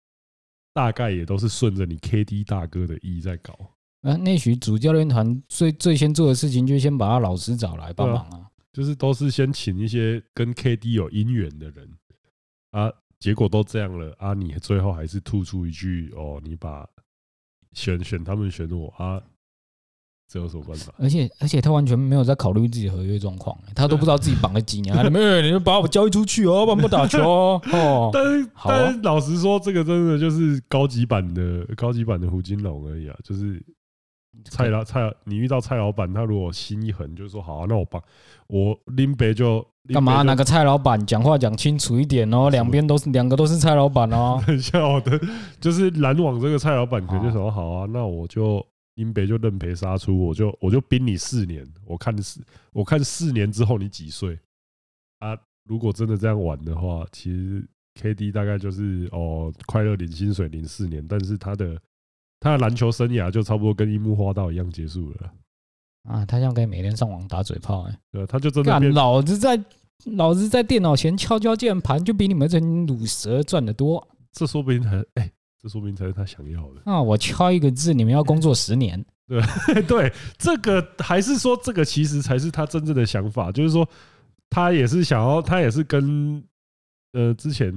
[SPEAKER 1] 大概也都是顺着你 KD 大哥的意在搞。
[SPEAKER 2] 啊那内许主教练团最最先做的事情就是先把他老师找来帮忙啊，
[SPEAKER 1] 就是都是先请一些跟 KD 有姻缘的人啊，结果都这样了啊，你最后还是吐出一句哦，你把选选他们选我啊，这有什么办法？
[SPEAKER 2] 而且而且他完全没有在考虑自己合约状况、欸他
[SPEAKER 1] 啊
[SPEAKER 2] 都不知道自己绑了几年，他没哎有，你们把我交易出去哦，不然不打球
[SPEAKER 1] *laughs*
[SPEAKER 2] 哦，哦，
[SPEAKER 1] 但是，
[SPEAKER 2] 好啊
[SPEAKER 1] 但是老实说，这个真的就是高级版的高级版的胡金龙而已啊，就是蔡老蔡，你遇到蔡老板，他如果心一横，就说好、啊，那我帮我林北就
[SPEAKER 2] 干嘛？啊
[SPEAKER 1] 那
[SPEAKER 2] 那个蔡老板讲话讲清楚一点哦，两边都是两个都是蔡老板哦，
[SPEAKER 1] 很笑的，就是篮网这个蔡老板可能就想说好啊，那我就英北就认赔杀出，我就我就冰你四年，我看四我看四年之后你几岁啊？如果真的这样玩的话，其实 KD 大概就是哦，快乐领薪水领四年，但是他的他的篮球生涯就差不多跟樱木花道一样结束了，
[SPEAKER 2] *laughs* 啊，他像可以每天上网打嘴炮哎、
[SPEAKER 1] 对啊吧，他就真的
[SPEAKER 2] 干，
[SPEAKER 1] 变
[SPEAKER 2] 老子在老子在电脑前敲敲键盘，就比你们这群卤蛇赚得多。
[SPEAKER 1] 这说不定才哎、这说不定才是他想要的。
[SPEAKER 2] 那我敲一个字，你们要工作十年。
[SPEAKER 1] *laughs* 对，这个还是说这个其实才是他真正的想法，就是说他也是想要，他也是跟呃之前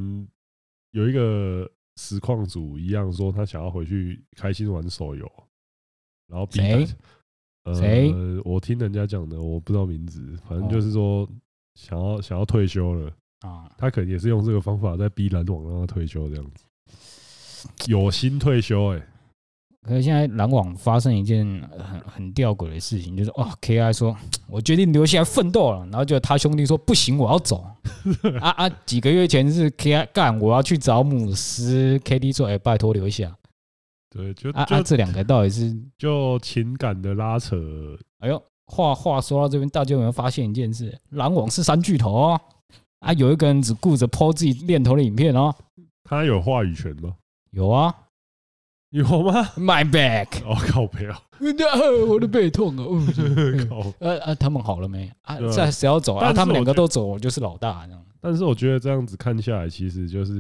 [SPEAKER 1] 有一个实况组一样，说他想要回去开心玩手游，然后逼
[SPEAKER 2] 谁
[SPEAKER 1] 他呃
[SPEAKER 2] 谁哦
[SPEAKER 1] 我听人家讲的，我不知道名字，反正就是说想要想要退休了，
[SPEAKER 2] 啊，
[SPEAKER 1] 他可能也是用这个方法在逼篮网让他退休这样子，有心退休哎、
[SPEAKER 2] 可是现在篮网发生一件很很吊诡的事情，就是哇，KI 说我决定留下来奋斗了，然后就他兄弟说不行，我要 *laughs* 走。啊啊，几个月前是 KI 干，我要去找姆斯，KD 说哎、拜托留下。
[SPEAKER 1] 对，就
[SPEAKER 2] 啊
[SPEAKER 1] 就
[SPEAKER 2] 啊，这两个到底是
[SPEAKER 1] 就情感的拉扯，
[SPEAKER 2] 哎呦，话话说到这边，大家有没有发现一件事？篮网是三巨头哦，啊，有一个人只顾着 PO 自己练头的影片哦，
[SPEAKER 1] 他有话语权吗？
[SPEAKER 2] 有啊
[SPEAKER 1] 有吗？
[SPEAKER 2] ，My *laughs* back，
[SPEAKER 1] 哦，靠背 *laughs* 哦，
[SPEAKER 2] 我的背痛啊，嗯
[SPEAKER 1] 靠！
[SPEAKER 2] 呃呃，他们好了没？啊，
[SPEAKER 1] 对啊
[SPEAKER 2] 这谁要走
[SPEAKER 1] 但
[SPEAKER 2] 啊？
[SPEAKER 1] 是
[SPEAKER 2] 他们两
[SPEAKER 1] 我觉
[SPEAKER 2] 个
[SPEAKER 1] 得
[SPEAKER 2] 都走，我就是老大这样。
[SPEAKER 1] 但是我觉得这样子看下来，其实就是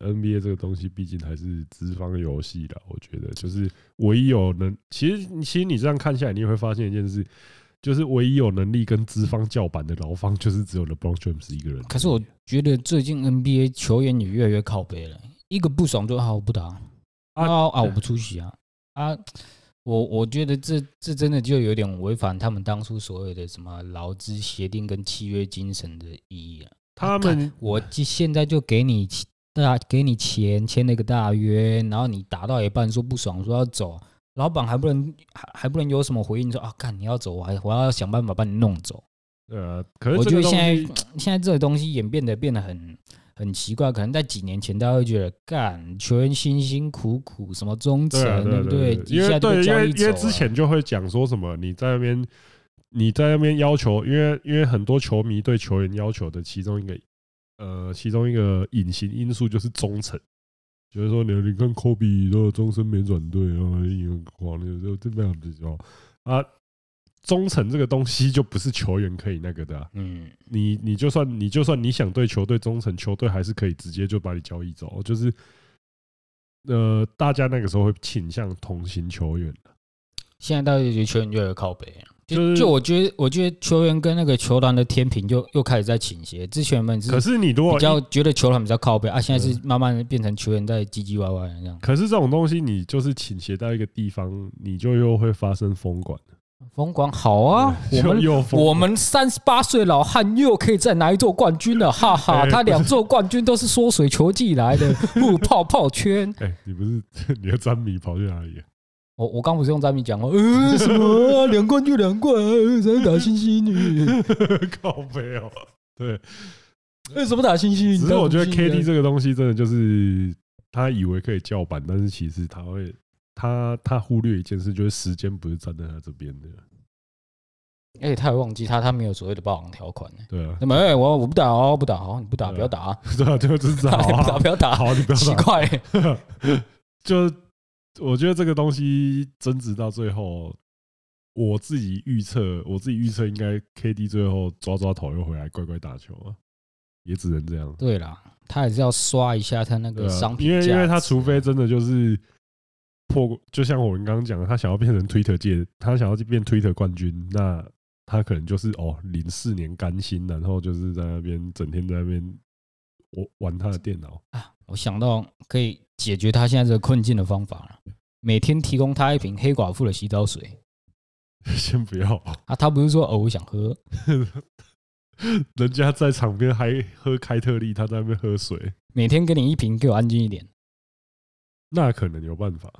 [SPEAKER 1] NBA 这个东西，毕竟还是资方游戏啦。我觉得就是唯一有能，其实其实你这样看下来，你会发现一件事，就是唯一有能力跟资方叫板的劳方，就是只有 LeBron James 一个人。
[SPEAKER 2] 可是我觉得最近 NBA 球员也越来越靠背了，一个不爽就啊我不打，啊
[SPEAKER 1] 啊
[SPEAKER 2] 啊我不出席啊啊，我我觉得这这真的就有点违反他们当初所有的什么劳资协定跟契约精神的意义了、
[SPEAKER 1] 他们
[SPEAKER 2] 我就现在就给你签大给你钱签了个大约，然后你打到一半说不爽说要走，老板还不能还还不能有什么回应说啊，干你要走，我还我要想办法把你弄走。
[SPEAKER 1] 呃，可是
[SPEAKER 2] 我
[SPEAKER 1] 这
[SPEAKER 2] 觉
[SPEAKER 1] 个
[SPEAKER 2] 得现
[SPEAKER 1] 东
[SPEAKER 2] 在
[SPEAKER 1] 西
[SPEAKER 2] 现在这个东西演变得变得很很奇怪，可能在几年前大家会觉得干球员辛辛苦苦什么忠诚，
[SPEAKER 1] 对啊对啊
[SPEAKER 2] 不
[SPEAKER 1] 对啊
[SPEAKER 2] 一
[SPEAKER 1] 因为
[SPEAKER 2] 下就被
[SPEAKER 1] 对，因
[SPEAKER 2] 交
[SPEAKER 1] 为
[SPEAKER 2] 易
[SPEAKER 1] 因为
[SPEAKER 2] 走啊
[SPEAKER 1] 之
[SPEAKER 2] 了
[SPEAKER 1] 前就会讲说什么你在那边你在那边要求，因为因为很多球迷对球员要求的其中一个呃其中一个隐形因素就是忠诚。就是说，你你看科比都终身没转队，然后赢了黄牛就这样子哦啊，忠诚这个东西就不是球员可以那个的啊、
[SPEAKER 2] 嗯，
[SPEAKER 1] 你你就算你就算你想对球队忠诚，球队还是可以直接就把你交易走。就是呃，大家那个时候会倾向同情球员，
[SPEAKER 2] 现在大家就觉得球员越来越靠北了。就、
[SPEAKER 1] 就是
[SPEAKER 2] 就我觉得，我觉得球员跟那个球团的天平就又开始在倾斜。之前们是
[SPEAKER 1] 可是你如果
[SPEAKER 2] 比
[SPEAKER 1] 一
[SPEAKER 2] 较觉得球团比较靠北啊，现在是慢慢地变成球员在唧唧歪歪的这样。
[SPEAKER 1] 可是这种东西，你就是倾斜到一个地方，你就又会发生疯管
[SPEAKER 2] 疯狂好啊，我
[SPEAKER 1] 就
[SPEAKER 2] 们
[SPEAKER 1] 又疯
[SPEAKER 2] 我们三十八岁老汉又可以再拿一座冠军了，哈哈！
[SPEAKER 1] 哎
[SPEAKER 2] 他两座冠军都是缩水球技来
[SPEAKER 1] *laughs*
[SPEAKER 2] 的，不泡泡圈。
[SPEAKER 1] 哎、你不是 *laughs* 你的詹米跑去哪里、
[SPEAKER 2] 我我刚不是用詹米讲过，呃，什么啊两冠就两冠，呃怎么打星星？
[SPEAKER 1] *laughs* *laughs* 靠背哦，对。
[SPEAKER 2] 呃，什么打星星？
[SPEAKER 1] 只是我觉得
[SPEAKER 2] 打星星啊
[SPEAKER 1] KD 这个东西真的就是他以为可以叫板，但是其实他会他他忽略一件事，就是时间不是站在他这边的，
[SPEAKER 2] 而哎且他也忘记他他没有所谓的霸王条款呢。
[SPEAKER 1] 对啊
[SPEAKER 2] 那，么，哎，我我不打哦，不打哦，你不打
[SPEAKER 1] 对啊
[SPEAKER 2] 不要打
[SPEAKER 1] *laughs*
[SPEAKER 2] 啊，
[SPEAKER 1] 对啊，就是
[SPEAKER 2] *laughs*
[SPEAKER 1] 这样
[SPEAKER 2] 不打
[SPEAKER 1] 啊，
[SPEAKER 2] 不要打，
[SPEAKER 1] 好， *laughs* 你不要
[SPEAKER 2] 奇
[SPEAKER 1] 打，
[SPEAKER 2] 怪欸。
[SPEAKER 1] 就我觉得这个东西争执到最后，我自己预测，我自己预测应该 KD 最后抓抓头又回来乖乖打球啊，也只能这样。
[SPEAKER 2] 对啦，他还是要刷一下他那
[SPEAKER 1] 对
[SPEAKER 2] 个
[SPEAKER 1] 啊
[SPEAKER 2] 商，品
[SPEAKER 1] 因为
[SPEAKER 2] 价值啊
[SPEAKER 1] 因为他除非真的就是破，就像我们刚刚讲的，他想要变成 Twitter 界，他想要变 Twitter 冠军，那他可能就是哦，零四年甘心，然后就是在那边整天在那边我玩他的电脑， *laughs*
[SPEAKER 2] 啊，我想到可以解决他现在这个困境的方法了。每天提供他一瓶黑寡妇的洗澡水
[SPEAKER 1] 先不要，
[SPEAKER 2] 啊，他不是说哦，我想喝，
[SPEAKER 1] 人家在场边还喝开特利，他在那边喝水，
[SPEAKER 2] 每天给你一瓶，给我安静一点。
[SPEAKER 1] 那可能有办法。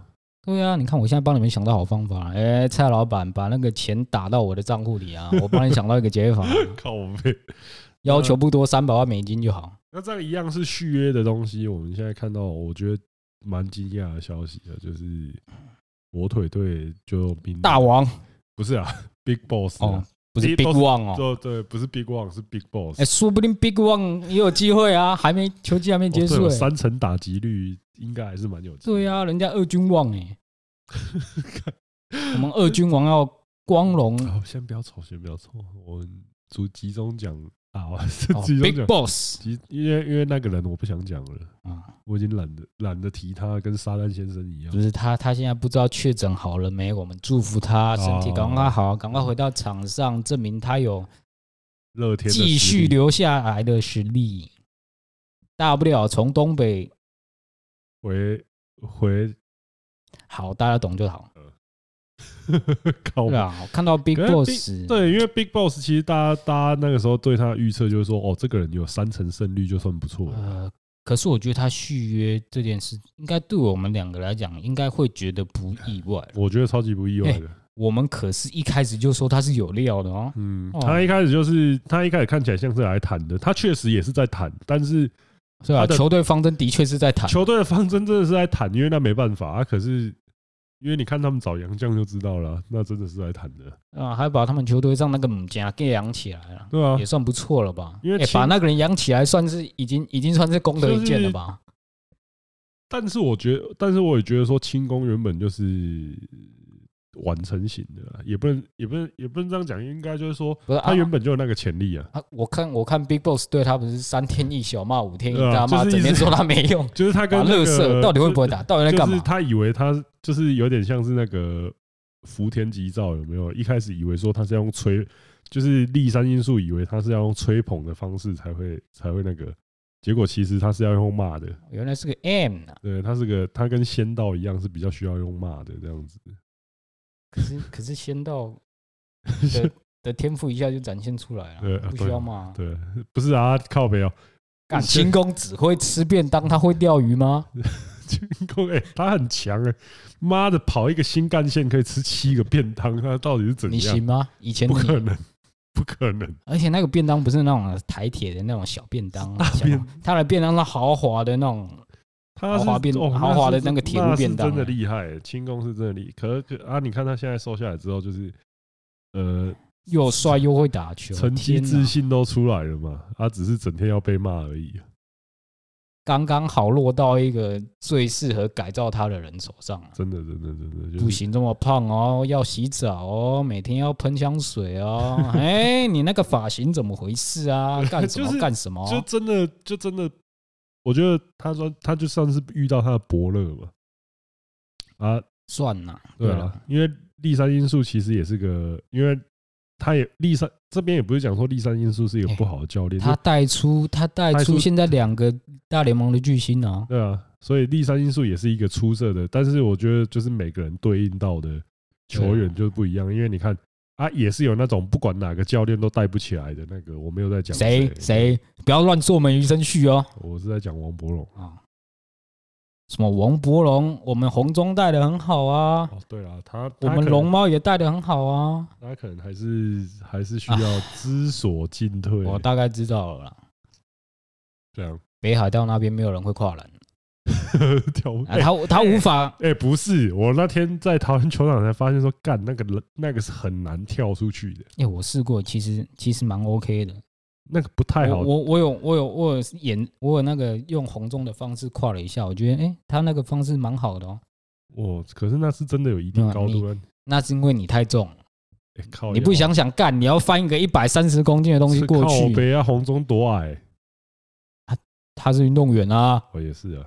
[SPEAKER 2] 对啊，你看我现在帮你们想到好方法了，哎、蔡老板把那个钱打到我的账
[SPEAKER 1] *laughs*
[SPEAKER 2] 户里啊，我帮你想到一个解法，啊
[SPEAKER 1] 靠背，
[SPEAKER 2] 要求不多，三百万美金就好。
[SPEAKER 1] 那这个一样是续约的东西，我们现在看到，我觉得蛮惊讶的消息啊，就是火腿队就兵
[SPEAKER 2] 大王
[SPEAKER 1] 不是啊，Big Boss
[SPEAKER 2] 哦
[SPEAKER 1] 啊，，
[SPEAKER 2] 不是
[SPEAKER 1] 这
[SPEAKER 2] Big
[SPEAKER 1] 都是
[SPEAKER 2] One 哦，
[SPEAKER 1] 就对，不是 Big One 是 Big Boss
[SPEAKER 2] 哎、。说不定 Big One 也有机会啊，还没球季还没
[SPEAKER 1] 哦
[SPEAKER 2] 结
[SPEAKER 1] 对
[SPEAKER 2] 束、
[SPEAKER 1] 哦
[SPEAKER 2] 欸，
[SPEAKER 1] 三成打击率应该还是蛮有。
[SPEAKER 2] 对，啊，人家二军王哎、
[SPEAKER 1] *laughs*
[SPEAKER 2] 我们二军王要光荣
[SPEAKER 1] 好，哦先不要吵，先不要吵，我们逐集中讲啊，我是 *laughs*
[SPEAKER 2] 哦
[SPEAKER 1] 集中
[SPEAKER 2] ，Big
[SPEAKER 1] 讲。
[SPEAKER 2] Boss
[SPEAKER 1] 集因为因为那个人我不想讲了，
[SPEAKER 2] 啊，
[SPEAKER 1] 我已经懒得懒得提他，跟沙旦先生一样
[SPEAKER 2] 不。是他，他现在不知道确诊好了没，我们祝福
[SPEAKER 1] 哦
[SPEAKER 2] 他身体赶快好，赶快回到场上，证明他有
[SPEAKER 1] 乐天的
[SPEAKER 2] 继
[SPEAKER 1] 实力
[SPEAKER 2] 续留下来的实力。大不了从东北
[SPEAKER 1] 回回
[SPEAKER 2] 好，大家懂就好。
[SPEAKER 1] 靠
[SPEAKER 2] 对
[SPEAKER 1] 北。
[SPEAKER 2] 啊，我看到
[SPEAKER 1] 哦
[SPEAKER 2] Big
[SPEAKER 1] 可是 Big-
[SPEAKER 2] Boss，
[SPEAKER 1] 对，因为 Big Boss 其实大家大家那个时候对他的预测就是说，哦，这个人有三成胜率就算不错了。
[SPEAKER 2] 呃，可是我觉得他续约这件事，应该对我们两个来讲，应该会觉得不意外了。
[SPEAKER 1] 我觉得超级不意外的。
[SPEAKER 2] 我们可是一开始就说他是有料的哦。
[SPEAKER 1] 嗯，
[SPEAKER 2] 哦
[SPEAKER 1] 他一开始就是他一开始看起来像是来谈的，他确实也是在谈，但是
[SPEAKER 2] 对啊，
[SPEAKER 1] 他的
[SPEAKER 2] 球队方针的确是在谈，
[SPEAKER 1] 球队的方针真的是在谈，因为那没办法啊。可是因为你看他们找杨将就知道了啊，那真的是在谈的，
[SPEAKER 2] 啊，还把他们球队上那个母家给养起来了，
[SPEAKER 1] 对啊
[SPEAKER 2] 也，算不错了吧？
[SPEAKER 1] 因为
[SPEAKER 2] 哎
[SPEAKER 1] 其
[SPEAKER 2] 把那个人养起来，算是已经已经算是功德一件了吧？
[SPEAKER 1] 但是我觉得，但是我也觉得说，轻功原本就是完成型的啊，也不能也不能也不能这样讲，应该就是说
[SPEAKER 2] 不是
[SPEAKER 1] 他
[SPEAKER 2] 啊
[SPEAKER 1] 原本就有那个潜力啊。
[SPEAKER 2] 啊，我看我看 Big Boss 对他不是三天一小骂，五天一
[SPEAKER 1] 对啊
[SPEAKER 2] 大骂，
[SPEAKER 1] 就是
[SPEAKER 2] 整
[SPEAKER 1] 一直
[SPEAKER 2] 天说他没用，
[SPEAKER 1] 就是他 *laughs* 跟
[SPEAKER 2] 啊，
[SPEAKER 1] 那
[SPEAKER 2] 乐
[SPEAKER 1] 个
[SPEAKER 2] 色到底会不会打？到底在
[SPEAKER 1] 就
[SPEAKER 2] 干
[SPEAKER 1] 是
[SPEAKER 2] 嘛？
[SPEAKER 1] 他以为他就是有点像是那个福田吉兆有没有？一开始以为说他是要用吹，就是立山因素以为他是要用吹捧的方式才会才会那个，结果其实他是要用骂的。
[SPEAKER 2] 原来是个 M 啊！
[SPEAKER 1] 对他是个他跟仙道一样是比较需要用骂的这样子。
[SPEAKER 2] 可是可是仙道的的天赋一下就展现出来
[SPEAKER 1] 对
[SPEAKER 2] 了
[SPEAKER 1] 啊，
[SPEAKER 2] 不需要骂啊。
[SPEAKER 1] *laughs* 对，不是啊，靠北哦，
[SPEAKER 2] 干轻功只会吃便当，他会钓鱼吗？
[SPEAKER 1] *laughs* 轻功哎，他很强哎，妈的，跑一个新干线可以吃七个便当，他到底是怎
[SPEAKER 2] 你
[SPEAKER 1] 样
[SPEAKER 2] 行？吗？以前
[SPEAKER 1] 不可
[SPEAKER 2] 你，
[SPEAKER 1] 能， *laughs* 不可能，
[SPEAKER 2] 而且那个便当不是那种台铁的那种小便当啊，小
[SPEAKER 1] 便
[SPEAKER 2] 他的便当是豪华的那种，
[SPEAKER 1] 他是
[SPEAKER 2] 豪华便
[SPEAKER 1] 哦
[SPEAKER 2] 豪华的
[SPEAKER 1] 那是
[SPEAKER 2] 那个铁路便当
[SPEAKER 1] 那是真的
[SPEAKER 2] 欸
[SPEAKER 1] 厉害欸，轻功是真的厉可可啊，你看他现在瘦下来之后，就是呃，
[SPEAKER 2] 又帅又会打球，
[SPEAKER 1] 成绩
[SPEAKER 2] 天啊哪
[SPEAKER 1] 自信都出来了嘛，他只是整天要被骂而已啊。
[SPEAKER 2] 刚刚好落到一个最适合改造他的人手上啊。
[SPEAKER 1] 真的，真的，真的，就
[SPEAKER 2] 不
[SPEAKER 1] 是
[SPEAKER 2] 行，这么胖哦，要洗澡哦，每天要喷香水哦。 *laughs* 哎，你那个发型怎么回
[SPEAKER 1] *laughs*
[SPEAKER 2] 事啊？干什
[SPEAKER 1] 就是
[SPEAKER 2] 么干什么？
[SPEAKER 1] 就真的，就真的，我觉得他说他就算是遇到他的伯乐嘛，啊，
[SPEAKER 2] 算啦，
[SPEAKER 1] 对
[SPEAKER 2] 了
[SPEAKER 1] 啊，，因为立山因素其实也是个，因为他也立山这边也不是讲说立山因素是一个
[SPEAKER 2] 哎
[SPEAKER 1] 不好的教练，
[SPEAKER 2] 他
[SPEAKER 1] 就
[SPEAKER 2] 带出他带
[SPEAKER 1] 带出
[SPEAKER 2] 出现在两个大联盟的巨星啊，
[SPEAKER 1] 对啊，所以立山因素也是一个出色的，但是我觉得就是每个人对应到的球
[SPEAKER 2] 啊
[SPEAKER 1] 员就不一样，因为你看啊，也是有那种不管哪个教练都带不起来的那个，我没有在讲啊
[SPEAKER 2] 谁谁不要乱做我们余生旭哦
[SPEAKER 1] 我是在讲王伯龙。
[SPEAKER 2] 啊！什么王伯龙，我们红中带的很好啊，
[SPEAKER 1] 哦，对啊，他
[SPEAKER 2] 我们龙猫也带的很好啊，
[SPEAKER 1] 他可能还是还是需要知所进退。
[SPEAKER 2] 我大概知道了啦。
[SPEAKER 1] 这样 *laughs*
[SPEAKER 2] 北海道那边没有人会跨栏，
[SPEAKER 1] 跳舞
[SPEAKER 2] 啊、他他无法
[SPEAKER 1] 哎、不是，我那天在桃园球场才发现说，干那个人那个是很难跳出去的，
[SPEAKER 2] 哎、我试过，其实其实蛮 OK 的。
[SPEAKER 1] 那个不太
[SPEAKER 2] 我
[SPEAKER 1] 好。
[SPEAKER 2] 我我有我有我有演，我有那个用红中的方式跨了一下，我觉得哎、诶他那个方式蛮好的哦。
[SPEAKER 1] 我可是那是真的有一定
[SPEAKER 2] 没有
[SPEAKER 1] 高度啊！
[SPEAKER 2] 那是因为你太重了，
[SPEAKER 1] 哎、靠腰，
[SPEAKER 2] 你不想想干，你要翻一个一百三十公斤的东西
[SPEAKER 1] 是
[SPEAKER 2] 过
[SPEAKER 1] 靠
[SPEAKER 2] 去，
[SPEAKER 1] 北啊，红中多矮，
[SPEAKER 2] 他是运动员啊，
[SPEAKER 1] 我也是啊。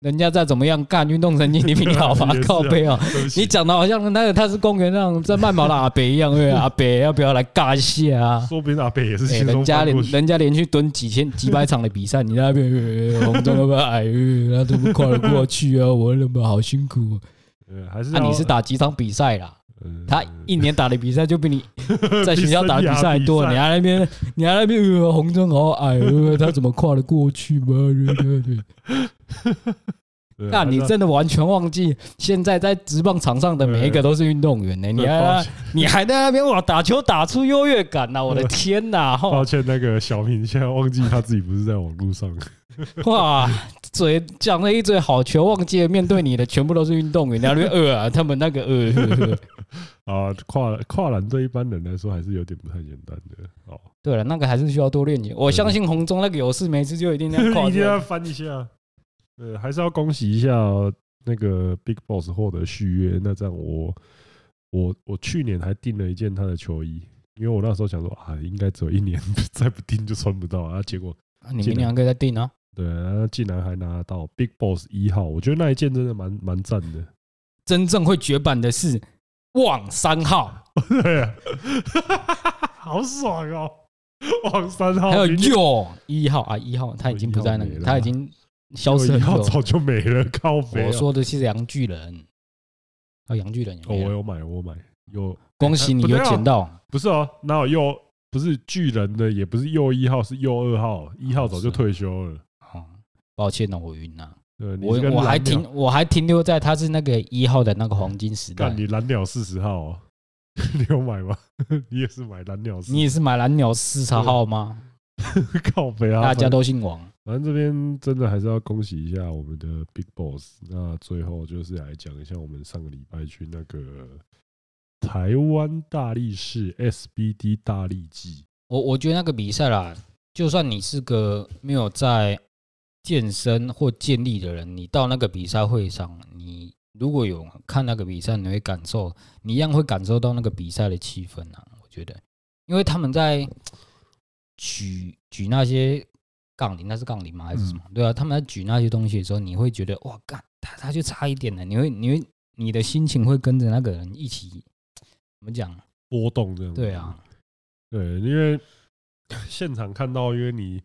[SPEAKER 2] 人家再怎么样干，运动神经你比你
[SPEAKER 1] *laughs*
[SPEAKER 2] 好吧
[SPEAKER 1] 也？是啊
[SPEAKER 2] 靠背哦，
[SPEAKER 1] 对不
[SPEAKER 2] 你
[SPEAKER 1] 起，
[SPEAKER 2] 讲的好像那个他是公园上在慢跑的阿北一样，对不对阿北要不要来尬一下
[SPEAKER 1] *laughs*
[SPEAKER 2] 啊？
[SPEAKER 1] 说不定阿北也是轻
[SPEAKER 2] 哎、
[SPEAKER 1] 松
[SPEAKER 2] 人家
[SPEAKER 1] 翻
[SPEAKER 2] 连
[SPEAKER 1] 过去。
[SPEAKER 2] 人家连续蹲几千几百场的比赛，你在那边呃红中那边矮，呃他都不跨得过去啊！我那么好辛
[SPEAKER 1] *laughs*
[SPEAKER 2] 苦。
[SPEAKER 1] 呃还是
[SPEAKER 2] 那、啊你
[SPEAKER 1] 要
[SPEAKER 2] 是打几场比赛啦？
[SPEAKER 1] 呃
[SPEAKER 2] 他一年打的比赛就
[SPEAKER 1] *laughs*
[SPEAKER 2] 比你在学校打的
[SPEAKER 1] 比
[SPEAKER 2] 比赛还多，
[SPEAKER 1] 啊生涯比赛
[SPEAKER 2] 你还在那边你还在那边呃红中好矮，呃他怎么跨得过去嘛？对对
[SPEAKER 1] *laughs*
[SPEAKER 2] 对，
[SPEAKER 1] 呃
[SPEAKER 2] 那
[SPEAKER 1] 还是
[SPEAKER 2] 你
[SPEAKER 1] 要
[SPEAKER 2] 真的完全忘记，现在在职棒场上的每一个都是运动员呢、你
[SPEAKER 1] 对抱
[SPEAKER 2] 还哦
[SPEAKER 1] 歉 *laughs*
[SPEAKER 2] 你还在那边哇打球打出优越感呐、我的
[SPEAKER 1] *laughs*
[SPEAKER 2] 天呐、吼
[SPEAKER 1] 抱歉，那个小明现在忘记他自己不是在网络上。
[SPEAKER 2] 哇，嘴讲了一嘴好球，忘记了面对你的全部都是运动员，然后就呃、啊，他们那个呃呃， *laughs* 呃
[SPEAKER 1] *laughs* 啊，跨跨栏对一般人来说还是有点不太简单的哦，
[SPEAKER 2] 对了，那个还是需要多练习。我相信红中那个有事没事就
[SPEAKER 1] *laughs*
[SPEAKER 2] 一定要跨
[SPEAKER 1] 一定
[SPEAKER 2] 界
[SPEAKER 1] 要翻一下。呃，还是要恭喜一下哦那个 Big Boss 获得续约。那这样我我我去年还订了一件他的球衣，因为我那时候想说啊，应该只有一年，再不订就穿不到啊。结果
[SPEAKER 2] 啊你们两个再定啊，
[SPEAKER 1] 对，啊竟然还拿到 Big Boss 一号，我觉得那一件真的蛮蛮赞的。
[SPEAKER 2] 真正会绝版的是望
[SPEAKER 1] *laughs*
[SPEAKER 2] 三号，
[SPEAKER 1] 对啊，好爽哦！王三号
[SPEAKER 2] 还有
[SPEAKER 1] 哦明天
[SPEAKER 2] 右一号啊，一号他已经不在那
[SPEAKER 1] 一号
[SPEAKER 2] 个
[SPEAKER 1] 没，了
[SPEAKER 2] 他已经消失
[SPEAKER 1] 一
[SPEAKER 2] 很
[SPEAKER 1] 号
[SPEAKER 2] 久了。
[SPEAKER 1] 早就没了，靠北啊
[SPEAKER 2] 我说的是杨巨人，啊，杨巨人也
[SPEAKER 1] 哦，
[SPEAKER 2] 没
[SPEAKER 1] 我
[SPEAKER 2] 了，
[SPEAKER 1] 有买，我有买，有
[SPEAKER 2] 恭喜你
[SPEAKER 1] 不对
[SPEAKER 2] 有
[SPEAKER 1] 啊
[SPEAKER 2] 捡到。
[SPEAKER 1] 不是哦？哪有右不是巨人的，也不是右一号，是右二号，一号
[SPEAKER 2] 啊
[SPEAKER 1] 早就退休了。
[SPEAKER 2] 哦，抱歉了，我晕了。
[SPEAKER 1] 对，你
[SPEAKER 2] 我
[SPEAKER 1] 是跟
[SPEAKER 2] 我还
[SPEAKER 1] 蓝鸟
[SPEAKER 2] 停，我还停留在他是那个一号的那个黄金时代
[SPEAKER 1] 干。你蓝鸟四十号哦， *laughs* 你有买吗？ *laughs* 你也是买蓝鸟40，
[SPEAKER 2] 你也是买蓝鸟四十号吗？
[SPEAKER 1] *laughs* 靠北啊！
[SPEAKER 2] 大家
[SPEAKER 1] 反正
[SPEAKER 2] 都姓王，
[SPEAKER 1] 反正这边真的还是要恭喜一下我们的 Big Boss。那最后就是来讲一下我们上个礼拜去那个台湾大力士 SBD 大力记。
[SPEAKER 2] 我我觉得那个比赛啦，就算你是个没有在健身或健力的人，你到那个比赛会上，你如果有看那个比赛，你会感受，你一样会感受到那个比赛的气氛啊。我觉得，因为他们在举举那些杠铃，那是杠铃吗？还是什么？对啊，他们在举那些东西的时候，你会觉得哇，干他他就差一点了，你会你会你的心情会跟着那个人一起怎么讲？
[SPEAKER 1] 波动这样。
[SPEAKER 2] 对啊，
[SPEAKER 1] 对，因为 *laughs* 现场看到，因为你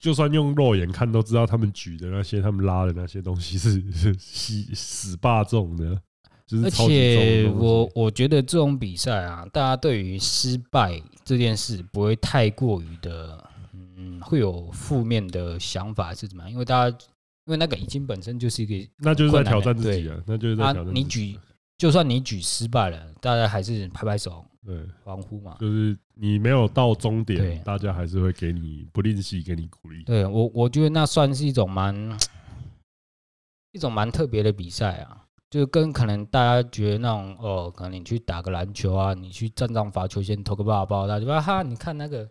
[SPEAKER 1] 就算用肉眼看都知道，他们举的那些、他们拉的那些东西是是是死霸重的。就是
[SPEAKER 2] 而
[SPEAKER 1] 超级重的
[SPEAKER 2] 且
[SPEAKER 1] 东西
[SPEAKER 2] 我我觉得这种比赛啊，大家对于失败这件事不会太过于的，嗯，会有负面的想法是怎么样？因为大家因为那个已经本身就是一
[SPEAKER 1] 那就是在
[SPEAKER 2] 困难
[SPEAKER 1] 挑
[SPEAKER 2] 的
[SPEAKER 1] 战自
[SPEAKER 2] 对
[SPEAKER 1] 己啊，那就是
[SPEAKER 2] 个
[SPEAKER 1] 在
[SPEAKER 2] 啊
[SPEAKER 1] 挑战，
[SPEAKER 2] 你
[SPEAKER 1] 自己
[SPEAKER 2] 举就算你举失败了，大家还是拍拍手
[SPEAKER 1] 对，
[SPEAKER 2] 欢呼嘛。
[SPEAKER 1] 就是你没有到终
[SPEAKER 2] 对
[SPEAKER 1] 点，大家还是会给你不吝惜给你鼓励。
[SPEAKER 2] 对我我觉得那算是一种蛮一种蛮特别的比赛啊，就跟可能大家觉得那种哦，可能你去打个篮球啊，你去站上罚球线投个抱抱，大家就啊哈，你看那个。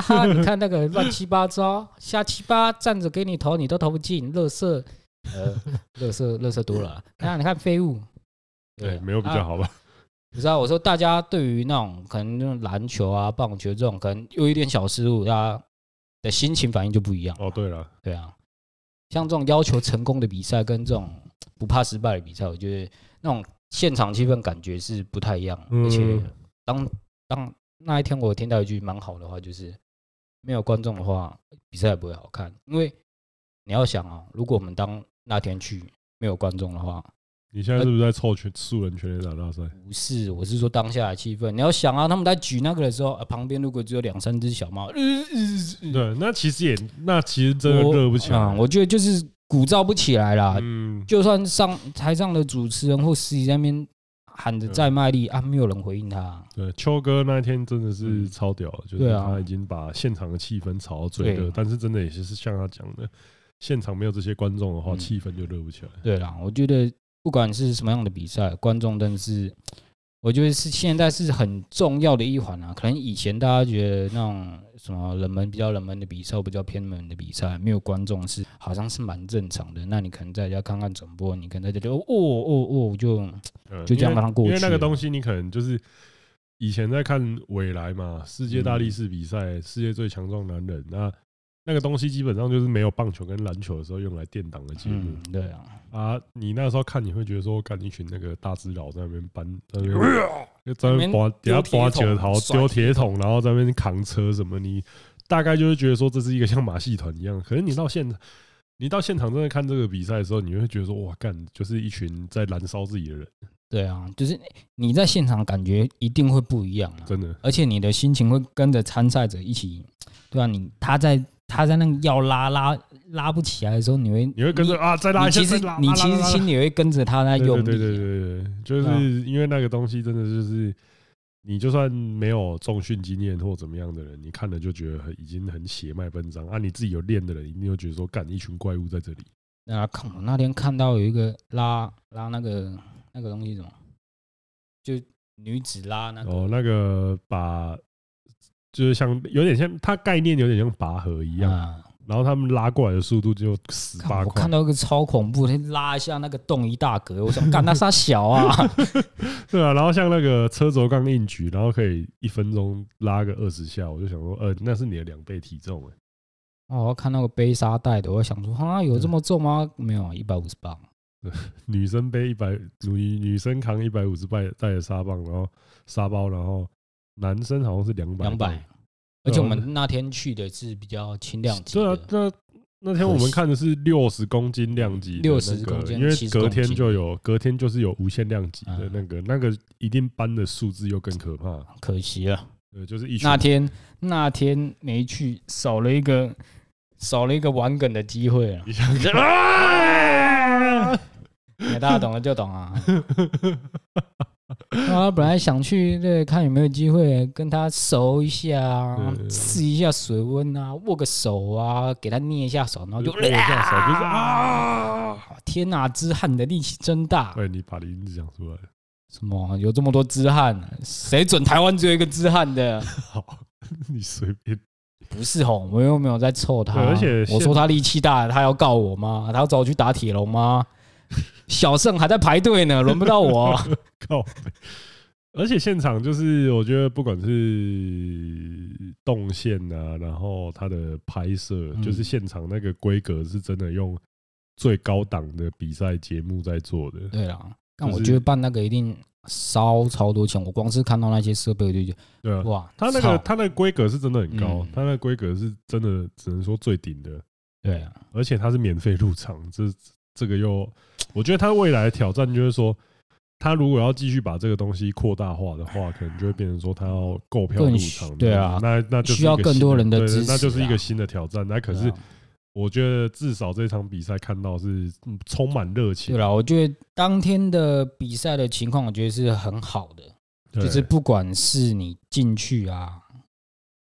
[SPEAKER 1] *laughs*
[SPEAKER 2] 哈！你看那个乱七八糟，瞎七八站着给你投，你都投不进，乐色，呃， *laughs* 乐色，乐色多了啊。啊，你看废物，
[SPEAKER 1] 对，哎没有比较好
[SPEAKER 2] 好。啊 *laughs*
[SPEAKER 1] 吧？
[SPEAKER 2] 不是啊，我说大家对于那种可能那种篮球啊、棒球这种，可能有一点小失误，大家的心情反应就不一样。
[SPEAKER 1] 哦，对了，
[SPEAKER 2] 对啊，像这种要求成功的比赛，跟这种不怕失败的比赛，我觉得那种现场气氛感觉是不太一样。
[SPEAKER 1] 嗯
[SPEAKER 2] 而且当当那一天我听到一句蛮好的话，就是没有观众的话，比赛也不会好看。因为你要想啊，如果我们当那天去没有观众的话，
[SPEAKER 1] 你现在是不是在凑全素人全垒打大赛？
[SPEAKER 2] 不是，我是说当下的气氛。你要想啊，他们在举那个的时候，啊、旁边如果只有两三只小猫，呃
[SPEAKER 1] 对，那其实也那其实真的热不起来
[SPEAKER 2] 啊。我觉得就是鼓噪不起来啦。
[SPEAKER 1] 嗯，
[SPEAKER 2] 就算上台上的主持人或司仪在那边喊着再卖力啊，没有人回应他。
[SPEAKER 1] 对，秋哥那一天真的是超屌的，就是
[SPEAKER 2] 嗯对啊
[SPEAKER 1] 他已经把现场的气氛炒到最热
[SPEAKER 2] 对，
[SPEAKER 1] 但是真的也是像他讲的，现场没有这些观众的话，
[SPEAKER 2] 嗯
[SPEAKER 1] 气氛就热不起来。
[SPEAKER 2] 对啦，我觉得不管是什么样的比赛，观众真的是，我觉得是现在是很重要的一环啊。可能以前大家觉得那种什么冷门比较冷门的比赛，或比较偏门的比赛，没有观众是好像是蛮正常的。那你可能在家看看转播，你可能在这里哦哦哦哦，就
[SPEAKER 1] 嗯
[SPEAKER 2] 就这样让它过
[SPEAKER 1] 因为因为那个
[SPEAKER 2] 去了
[SPEAKER 1] 东西，你可能就是以前在看未来嘛，世界大力士比
[SPEAKER 2] 嗯
[SPEAKER 1] 赛，世界最强壮男人，那那个东西基本上就是没有棒球跟篮球的时候用来垫档的节目
[SPEAKER 2] 嗯，对啊，
[SPEAKER 1] 啊。你那时候看，你会觉得说，干一群那个大只佬在那边搬，在
[SPEAKER 2] *laughs*
[SPEAKER 1] 那边在那边拔，底下
[SPEAKER 2] 丢铁
[SPEAKER 1] 拔球
[SPEAKER 2] 桶
[SPEAKER 1] 桃，
[SPEAKER 2] 甩
[SPEAKER 1] 丢铁桶，然后在那边扛车什么，你大概就会觉得说这是一个像马戏团一样。可是你到现场，你到现场真的看这个比赛的时候，你会觉得说，哇，干就是一群在燃烧自己的人，
[SPEAKER 2] 对啊，就是你在现场感觉一定会不一样啊。
[SPEAKER 1] 真的。
[SPEAKER 2] 而且你的心情会跟着参赛者一起，对啊，你他在他在那个要拉拉拉不起来的时候，你会
[SPEAKER 1] 你会跟着啊，再
[SPEAKER 2] 你
[SPEAKER 1] 拉一
[SPEAKER 2] 你
[SPEAKER 1] 下，
[SPEAKER 2] 其实
[SPEAKER 1] 再拉
[SPEAKER 2] 你
[SPEAKER 1] 拉
[SPEAKER 2] 其
[SPEAKER 1] 拉
[SPEAKER 2] 实
[SPEAKER 1] 拉
[SPEAKER 2] 心里会跟着他在
[SPEAKER 1] 对
[SPEAKER 2] 用力
[SPEAKER 1] 对
[SPEAKER 2] 啊，
[SPEAKER 1] 对对对对，就
[SPEAKER 2] 对啊
[SPEAKER 1] 是因为那个东西真的就是，你就算没有重训经验或怎么样的人，你看了就觉得很已经很血脉奔张啊。你自己有练的人，一定就觉得说，干一群怪物在这里，
[SPEAKER 2] 啊，看我那天看到有一个拉拉那个那个东西什么，就女子拉那
[SPEAKER 1] 然
[SPEAKER 2] 个，
[SPEAKER 1] 后哦那个把就是像有点像它概念有点像拔河一样，
[SPEAKER 2] 啊，
[SPEAKER 1] 然后他们拉过来的速度就十
[SPEAKER 2] 看
[SPEAKER 1] 八
[SPEAKER 2] 我
[SPEAKER 1] 块
[SPEAKER 2] 看，到一个超恐怖，他拉一下那个洞一大格，我想干那啥
[SPEAKER 1] *laughs*
[SPEAKER 2] 小啊，
[SPEAKER 1] 对啊，然后像那个车轴杠硬举，然后可以一分钟拉个二十下，我就想说，呃，那是你的两倍体重哎、
[SPEAKER 2] 哦我看那个背沙袋的，我想说啊，有这么重吗？没有，一百五十磅。
[SPEAKER 1] 女生背一百女女生扛一百五十袋袋的沙棒，然后沙包，然后男生好像是两百
[SPEAKER 2] 两百，而且我们那天去的是比较轻量级
[SPEAKER 1] 对啊
[SPEAKER 2] 的，，
[SPEAKER 1] 那那天我们看的是六十公斤量级的那个，
[SPEAKER 2] 60公斤
[SPEAKER 1] 因为
[SPEAKER 2] 70
[SPEAKER 1] 隔天
[SPEAKER 2] 公斤嗯
[SPEAKER 1] 就有隔天就是有无限量级的那个，那个一定搬的数字又更可怕。
[SPEAKER 2] 可惜了。
[SPEAKER 1] 对，就是一群 *laughs*
[SPEAKER 2] 那天那天没去，少了一个少了一个玩梗的机会了。
[SPEAKER 1] 你想 *laughs* 想啊，
[SPEAKER 2] 哎大家懂了就懂啊。 *laughs* 啊，本来想去对看有没有机会跟他熟一下啊，
[SPEAKER 1] 对
[SPEAKER 2] 试一下水温啊，握个手啊，给他捏一下手，然后就
[SPEAKER 1] 就握一下手就是啊，哎
[SPEAKER 2] 天哪、之汉的力气真大！
[SPEAKER 1] 对你把名字讲出来 *laughs* 了，
[SPEAKER 2] 什么有这么多之汉？谁准台湾只有一个之汉的？
[SPEAKER 1] 好，你随便。
[SPEAKER 2] 不是吼，我又没有在凑他，
[SPEAKER 1] 对而且现
[SPEAKER 2] 我说他力气大，他要告我吗？他要找我去打铁笼吗？小胜还在排队呢，轮不到我。 *laughs*
[SPEAKER 1] 靠北！而且现场就是，我觉得不管是动线啊，然后它的拍摄，
[SPEAKER 2] 嗯
[SPEAKER 1] 就是现场那个规格是真的用最高档的比赛节目在做的。
[SPEAKER 2] 对啦，但
[SPEAKER 1] 就
[SPEAKER 2] 我
[SPEAKER 1] 是
[SPEAKER 2] 觉得办那个一定烧超多钱，我光是看到那些设备我就觉得
[SPEAKER 1] 对啊，
[SPEAKER 2] 哇，
[SPEAKER 1] 它那个
[SPEAKER 2] 操
[SPEAKER 1] 它那个规格是真的很高
[SPEAKER 2] 嗯，
[SPEAKER 1] 它那个规格是真的只能说最顶的，
[SPEAKER 2] 对啊，
[SPEAKER 1] 而且它是免费入场，这这个又，我觉得它未来的挑战就是说，他如果要继续把这个东西扩大化的话，可能就会变成说他要购票
[SPEAKER 2] 更
[SPEAKER 1] 入
[SPEAKER 2] 需
[SPEAKER 1] 场的，
[SPEAKER 2] 对啊
[SPEAKER 1] 那那就是一个
[SPEAKER 2] 需要更多人的
[SPEAKER 1] 新对
[SPEAKER 2] 支持
[SPEAKER 1] 那就是一
[SPEAKER 2] 啊
[SPEAKER 1] 个新的挑战。那可
[SPEAKER 2] 对
[SPEAKER 1] 是
[SPEAKER 2] 啊
[SPEAKER 1] 我觉得至少这场比赛看到是嗯充满热情
[SPEAKER 2] 对，啊啦，我觉得当天的比赛的情况，我觉得是很好的，
[SPEAKER 1] 对
[SPEAKER 2] 就是不管是你进去啊，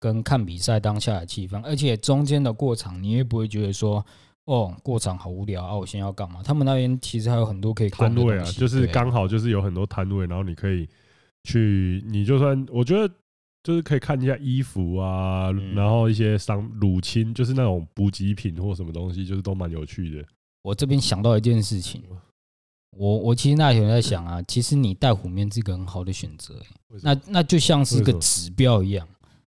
[SPEAKER 2] 跟看比赛当下的气氛，而且中间的过场，你也不会觉得说。哦，过场好无聊啊！我现在要干嘛？他们那边其实还有很多可以逛
[SPEAKER 1] 摊
[SPEAKER 2] 的
[SPEAKER 1] 位啊，
[SPEAKER 2] 东西
[SPEAKER 1] 就是
[SPEAKER 2] 对
[SPEAKER 1] 刚好就是有很多摊位，然后你可以去，你就算我觉得就是可以看一下衣服啊，
[SPEAKER 2] 嗯
[SPEAKER 1] 然后一些商乳清，就是那种补给品或什么东西，就是都蛮有趣的。
[SPEAKER 2] 我这边想到一件事情，我我其实那天有在想啊，其实你戴虎面是个很好的选择、欸
[SPEAKER 1] 为什么
[SPEAKER 2] 那那就像是一个
[SPEAKER 1] 为什么
[SPEAKER 2] 指标一样，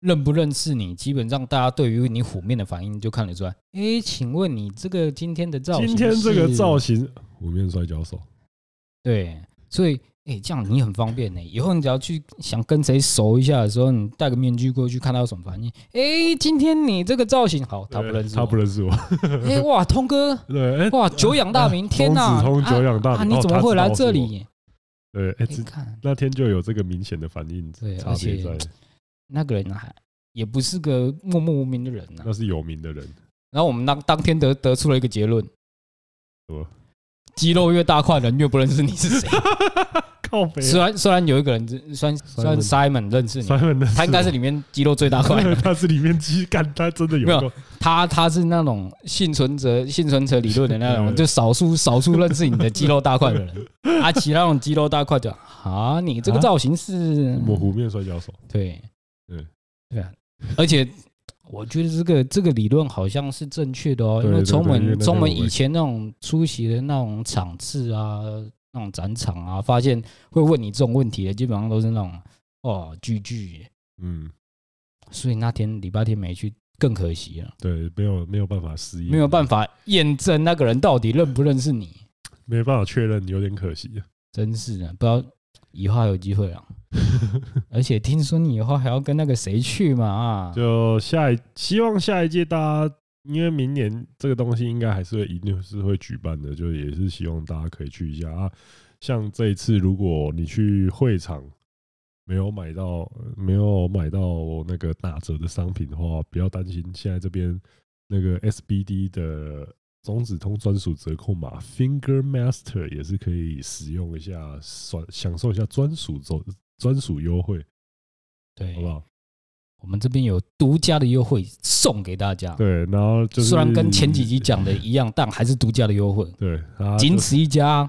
[SPEAKER 2] 认不认识你，基本上大家对于你虎面的反应就看得出来。诶，请问你这个今天的造型，
[SPEAKER 1] 今天这个造，型，五面摔跤手，
[SPEAKER 2] 对，所以诶，这样你很方便呢、以后你只要去想跟谁熟一下的时候，你戴个面具过去，看他有什么反应。诶，今天你这个造型好，他不认识我，
[SPEAKER 1] 他不认识
[SPEAKER 2] *laughs*
[SPEAKER 1] 我。
[SPEAKER 2] 诶，哇，通哥，
[SPEAKER 1] 对，哎，
[SPEAKER 2] 哇，久仰大
[SPEAKER 1] *laughs*
[SPEAKER 2] 名，天
[SPEAKER 1] 童
[SPEAKER 2] 哪，
[SPEAKER 1] 子通久仰大
[SPEAKER 2] 啊，
[SPEAKER 1] 名
[SPEAKER 2] 你
[SPEAKER 1] 哦
[SPEAKER 2] 怎么
[SPEAKER 1] 他
[SPEAKER 2] 会
[SPEAKER 1] 知道
[SPEAKER 2] 来
[SPEAKER 1] 我
[SPEAKER 2] 这
[SPEAKER 1] 是
[SPEAKER 2] 里
[SPEAKER 1] 我？对，哎，
[SPEAKER 2] 你
[SPEAKER 1] 这
[SPEAKER 2] 看
[SPEAKER 1] 那天就有这个明显的反应
[SPEAKER 2] 对
[SPEAKER 1] 差别
[SPEAKER 2] 而
[SPEAKER 1] 在，
[SPEAKER 2] 那个人还也不是个默默无名的人呐、
[SPEAKER 1] 那是有名的人，
[SPEAKER 2] 然后我们当当天得得出了一个结论：
[SPEAKER 1] 什么？啊
[SPEAKER 2] 肌肉越大块，人越不认识你是
[SPEAKER 1] *laughs*
[SPEAKER 2] 谁。
[SPEAKER 1] 靠北啊
[SPEAKER 2] 虽然虽然有一个人知，虽然虽然 Simon 认识你，
[SPEAKER 1] ，Simon 的，
[SPEAKER 2] 他应啊该是里面肌肉最大
[SPEAKER 1] *laughs*
[SPEAKER 2] 块的。
[SPEAKER 1] 他是里面鸡干，他真的有
[SPEAKER 2] 没有
[SPEAKER 1] 够
[SPEAKER 2] 他他是那种幸存者幸存者理论的那种，
[SPEAKER 1] *laughs* 对
[SPEAKER 2] 就少数少数认识你的肌肉大块的
[SPEAKER 1] *laughs*
[SPEAKER 2] 人。啊，其他那种肌肉大块的啊，你这个
[SPEAKER 1] 啊
[SPEAKER 2] 造型是
[SPEAKER 1] 模糊面摔跤手，
[SPEAKER 2] 对，
[SPEAKER 1] 对
[SPEAKER 2] 对啊，而且我觉得这个这个理论好像是正确的哦，因
[SPEAKER 1] 对
[SPEAKER 2] 为
[SPEAKER 1] 对
[SPEAKER 2] 从我
[SPEAKER 1] 对因为
[SPEAKER 2] 们
[SPEAKER 1] 那个
[SPEAKER 2] 从我们
[SPEAKER 1] 我
[SPEAKER 2] 以前那种出席的那种场次啊，那种展场啊，发现会问你这种问题的，基本上都是那种哦句句，
[SPEAKER 1] 嗯，
[SPEAKER 2] 所以那天礼拜天没去更可惜了，
[SPEAKER 1] 对，没有没有办法适应，
[SPEAKER 2] 没有办，法验证那个人到底认不认识你，
[SPEAKER 1] 没办法确认，有点可惜。
[SPEAKER 2] 真是的，不知道以后还有机
[SPEAKER 1] *laughs*
[SPEAKER 2] 会啊。而且听说你以后还要跟那个谁去嘛啊，
[SPEAKER 1] 就下一，希望下一届大家，因为明年这个东西应该还是会一定是会举办的，就也是希望大家可以去一下啊。像这一次，如果你去会场没有买到呃没有买到那个打折的商品的话，不要担心，现在这边那个 SBD 的。中子通专属折扣码 Finger Master 也是可以使用一下，爽享受一下专属周专属优惠，
[SPEAKER 2] 对，
[SPEAKER 1] 好不好？
[SPEAKER 2] 我们这边有独家的优惠送给大家。
[SPEAKER 1] 对，然后就是
[SPEAKER 2] 虽然跟前几集讲的一样，但还是独家的优惠，
[SPEAKER 1] 对，啊，
[SPEAKER 2] 仅
[SPEAKER 1] 就
[SPEAKER 2] 此一家，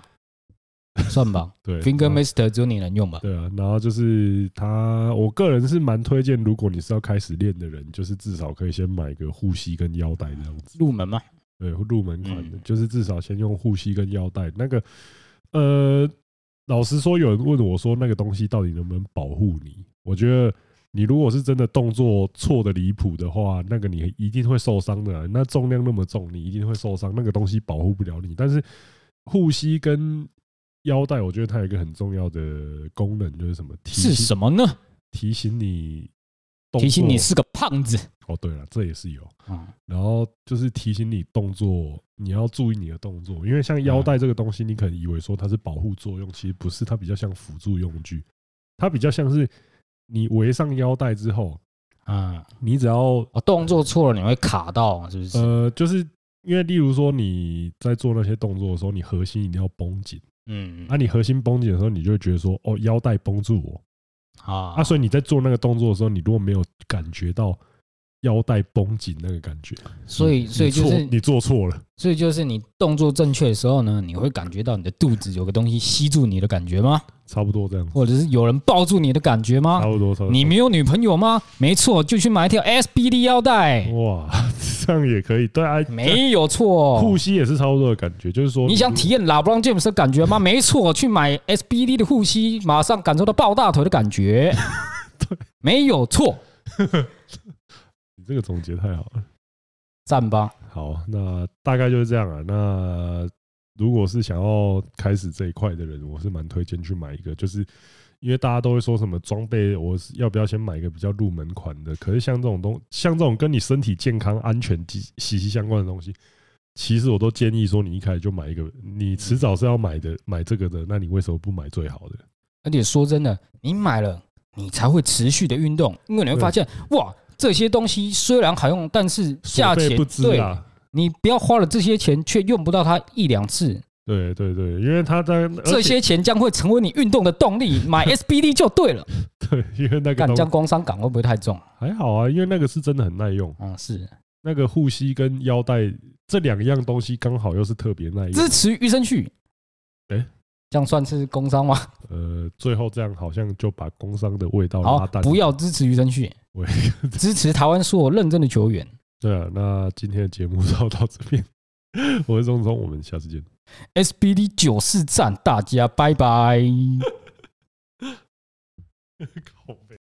[SPEAKER 2] 算吧。
[SPEAKER 1] *laughs* 对
[SPEAKER 2] Finger
[SPEAKER 1] 然后
[SPEAKER 2] Master 只有你能用吧？
[SPEAKER 1] 对啊，然后就是他，我个人是蛮推荐，如果你是要开始练的人，就是至少可以先买个护膝跟腰带这样子，
[SPEAKER 2] 入门嘛，
[SPEAKER 1] 对，入门款的，
[SPEAKER 2] 嗯
[SPEAKER 1] 就是至少先用护膝跟腰带那个，呃，老实说，有人问我说那个东西到底能不能保护你？我觉得。你如果是真的动作错的离谱的话，那个你一定会受伤的啊、那重量那么重，你一定会受伤。那个东西保护不了你。但是护膝跟腰带，我觉得它有一个很重要的功能，就是什么提
[SPEAKER 2] 是
[SPEAKER 1] 醒
[SPEAKER 2] 什么呢？
[SPEAKER 1] 提醒你动作
[SPEAKER 2] 提醒你是个胖子。
[SPEAKER 1] 哦，对了，这也是有。
[SPEAKER 2] 嗯，
[SPEAKER 1] 然后就是提醒你动作，你要注意你的动作，因为像
[SPEAKER 2] 嗯
[SPEAKER 1] 腰带这个东西，你可能以为说它是保护作用，其实不是，它比较像辅助用具，它比较像是你围上腰带之后，
[SPEAKER 2] 啊，
[SPEAKER 1] 你只要
[SPEAKER 2] 我动作错了你会卡到，是不是？
[SPEAKER 1] 呃，就是因为例如说你在做那些动作的时候，你核心一定要绷紧，
[SPEAKER 2] 嗯
[SPEAKER 1] 啊，你核心绷紧的时候，你就会觉得说，哦，腰带绷住我，
[SPEAKER 2] 啊
[SPEAKER 1] 啊，所以你在做那个动作的时候，你如果没有感觉到腰带绷紧那个感觉，
[SPEAKER 2] 所以
[SPEAKER 1] 你
[SPEAKER 2] 所以就
[SPEAKER 1] 错
[SPEAKER 2] 是
[SPEAKER 1] 你做错了，
[SPEAKER 2] 所以就是你动作正确的时候呢，你会感觉到你的肚子有个东西吸住你的感觉吗？
[SPEAKER 1] 差不多这样子，
[SPEAKER 2] 或者是有人抱住你的感觉吗
[SPEAKER 1] 差？不多，差不多。
[SPEAKER 2] 啊你没有女朋友吗？没错，就去买一条 SBD 腰带，
[SPEAKER 1] 哇，这样也可以，对啊，
[SPEAKER 2] 没有错
[SPEAKER 1] 护。膝也是差不多的感觉，就是说
[SPEAKER 2] 你想体验 LeBron James 的感觉吗？没错，去买 SBD 的护膝，马上感受到抱大腿的感
[SPEAKER 1] *laughs*
[SPEAKER 2] 觉。没有错，
[SPEAKER 1] 你这个总结太好了。
[SPEAKER 2] 赞吧！
[SPEAKER 1] 好，那大概就是这样啊。那如果是想要开始这一块的人，我是蛮推荐去买一个，就是因为大家都会说什么装备，我是要不要先买一个比较入门款的？可是像这种东，像这种跟你身体健康安全息息息相关的东西，其实我都建议说，你一开始就买一个，你迟早是要买的，买这个的，那你为什么不买最好的？
[SPEAKER 2] 而且说真的，你买了，你才会持续的运动，因为你会发现，哇，这些东西虽然好用，但是价
[SPEAKER 1] 所
[SPEAKER 2] 钱
[SPEAKER 1] 费不知
[SPEAKER 2] 对
[SPEAKER 1] 啊。
[SPEAKER 2] 你不要花了这些钱却用不到它一两次，
[SPEAKER 1] 对对对，因为它在而且
[SPEAKER 2] 这些钱将会成为你运动的动力，
[SPEAKER 1] *laughs*
[SPEAKER 2] 买 SBD 就对了。
[SPEAKER 1] 对，因为那个
[SPEAKER 2] 干这
[SPEAKER 1] 东
[SPEAKER 2] 样光伤感会不会太重？
[SPEAKER 1] 还好啊，因为那个是真的很耐用，
[SPEAKER 2] 嗯，是
[SPEAKER 1] 那个护膝跟腰带这两样东西刚好又是特别耐用
[SPEAKER 2] 支。持于生去。
[SPEAKER 1] 诶
[SPEAKER 2] 这样算是工伤吗？
[SPEAKER 1] 呃，最后这样好像就把工伤的味道
[SPEAKER 2] 好
[SPEAKER 1] 拉，淡。
[SPEAKER 2] 不要支持于生去
[SPEAKER 1] 喂， *laughs*
[SPEAKER 2] 支持台湾所有认真的球员。
[SPEAKER 1] 对啊，那今天的节目就到这边，我是钟钟，我们下次见。 *laughs*
[SPEAKER 2] SBD 九四战，大家拜拜。
[SPEAKER 1] 靠北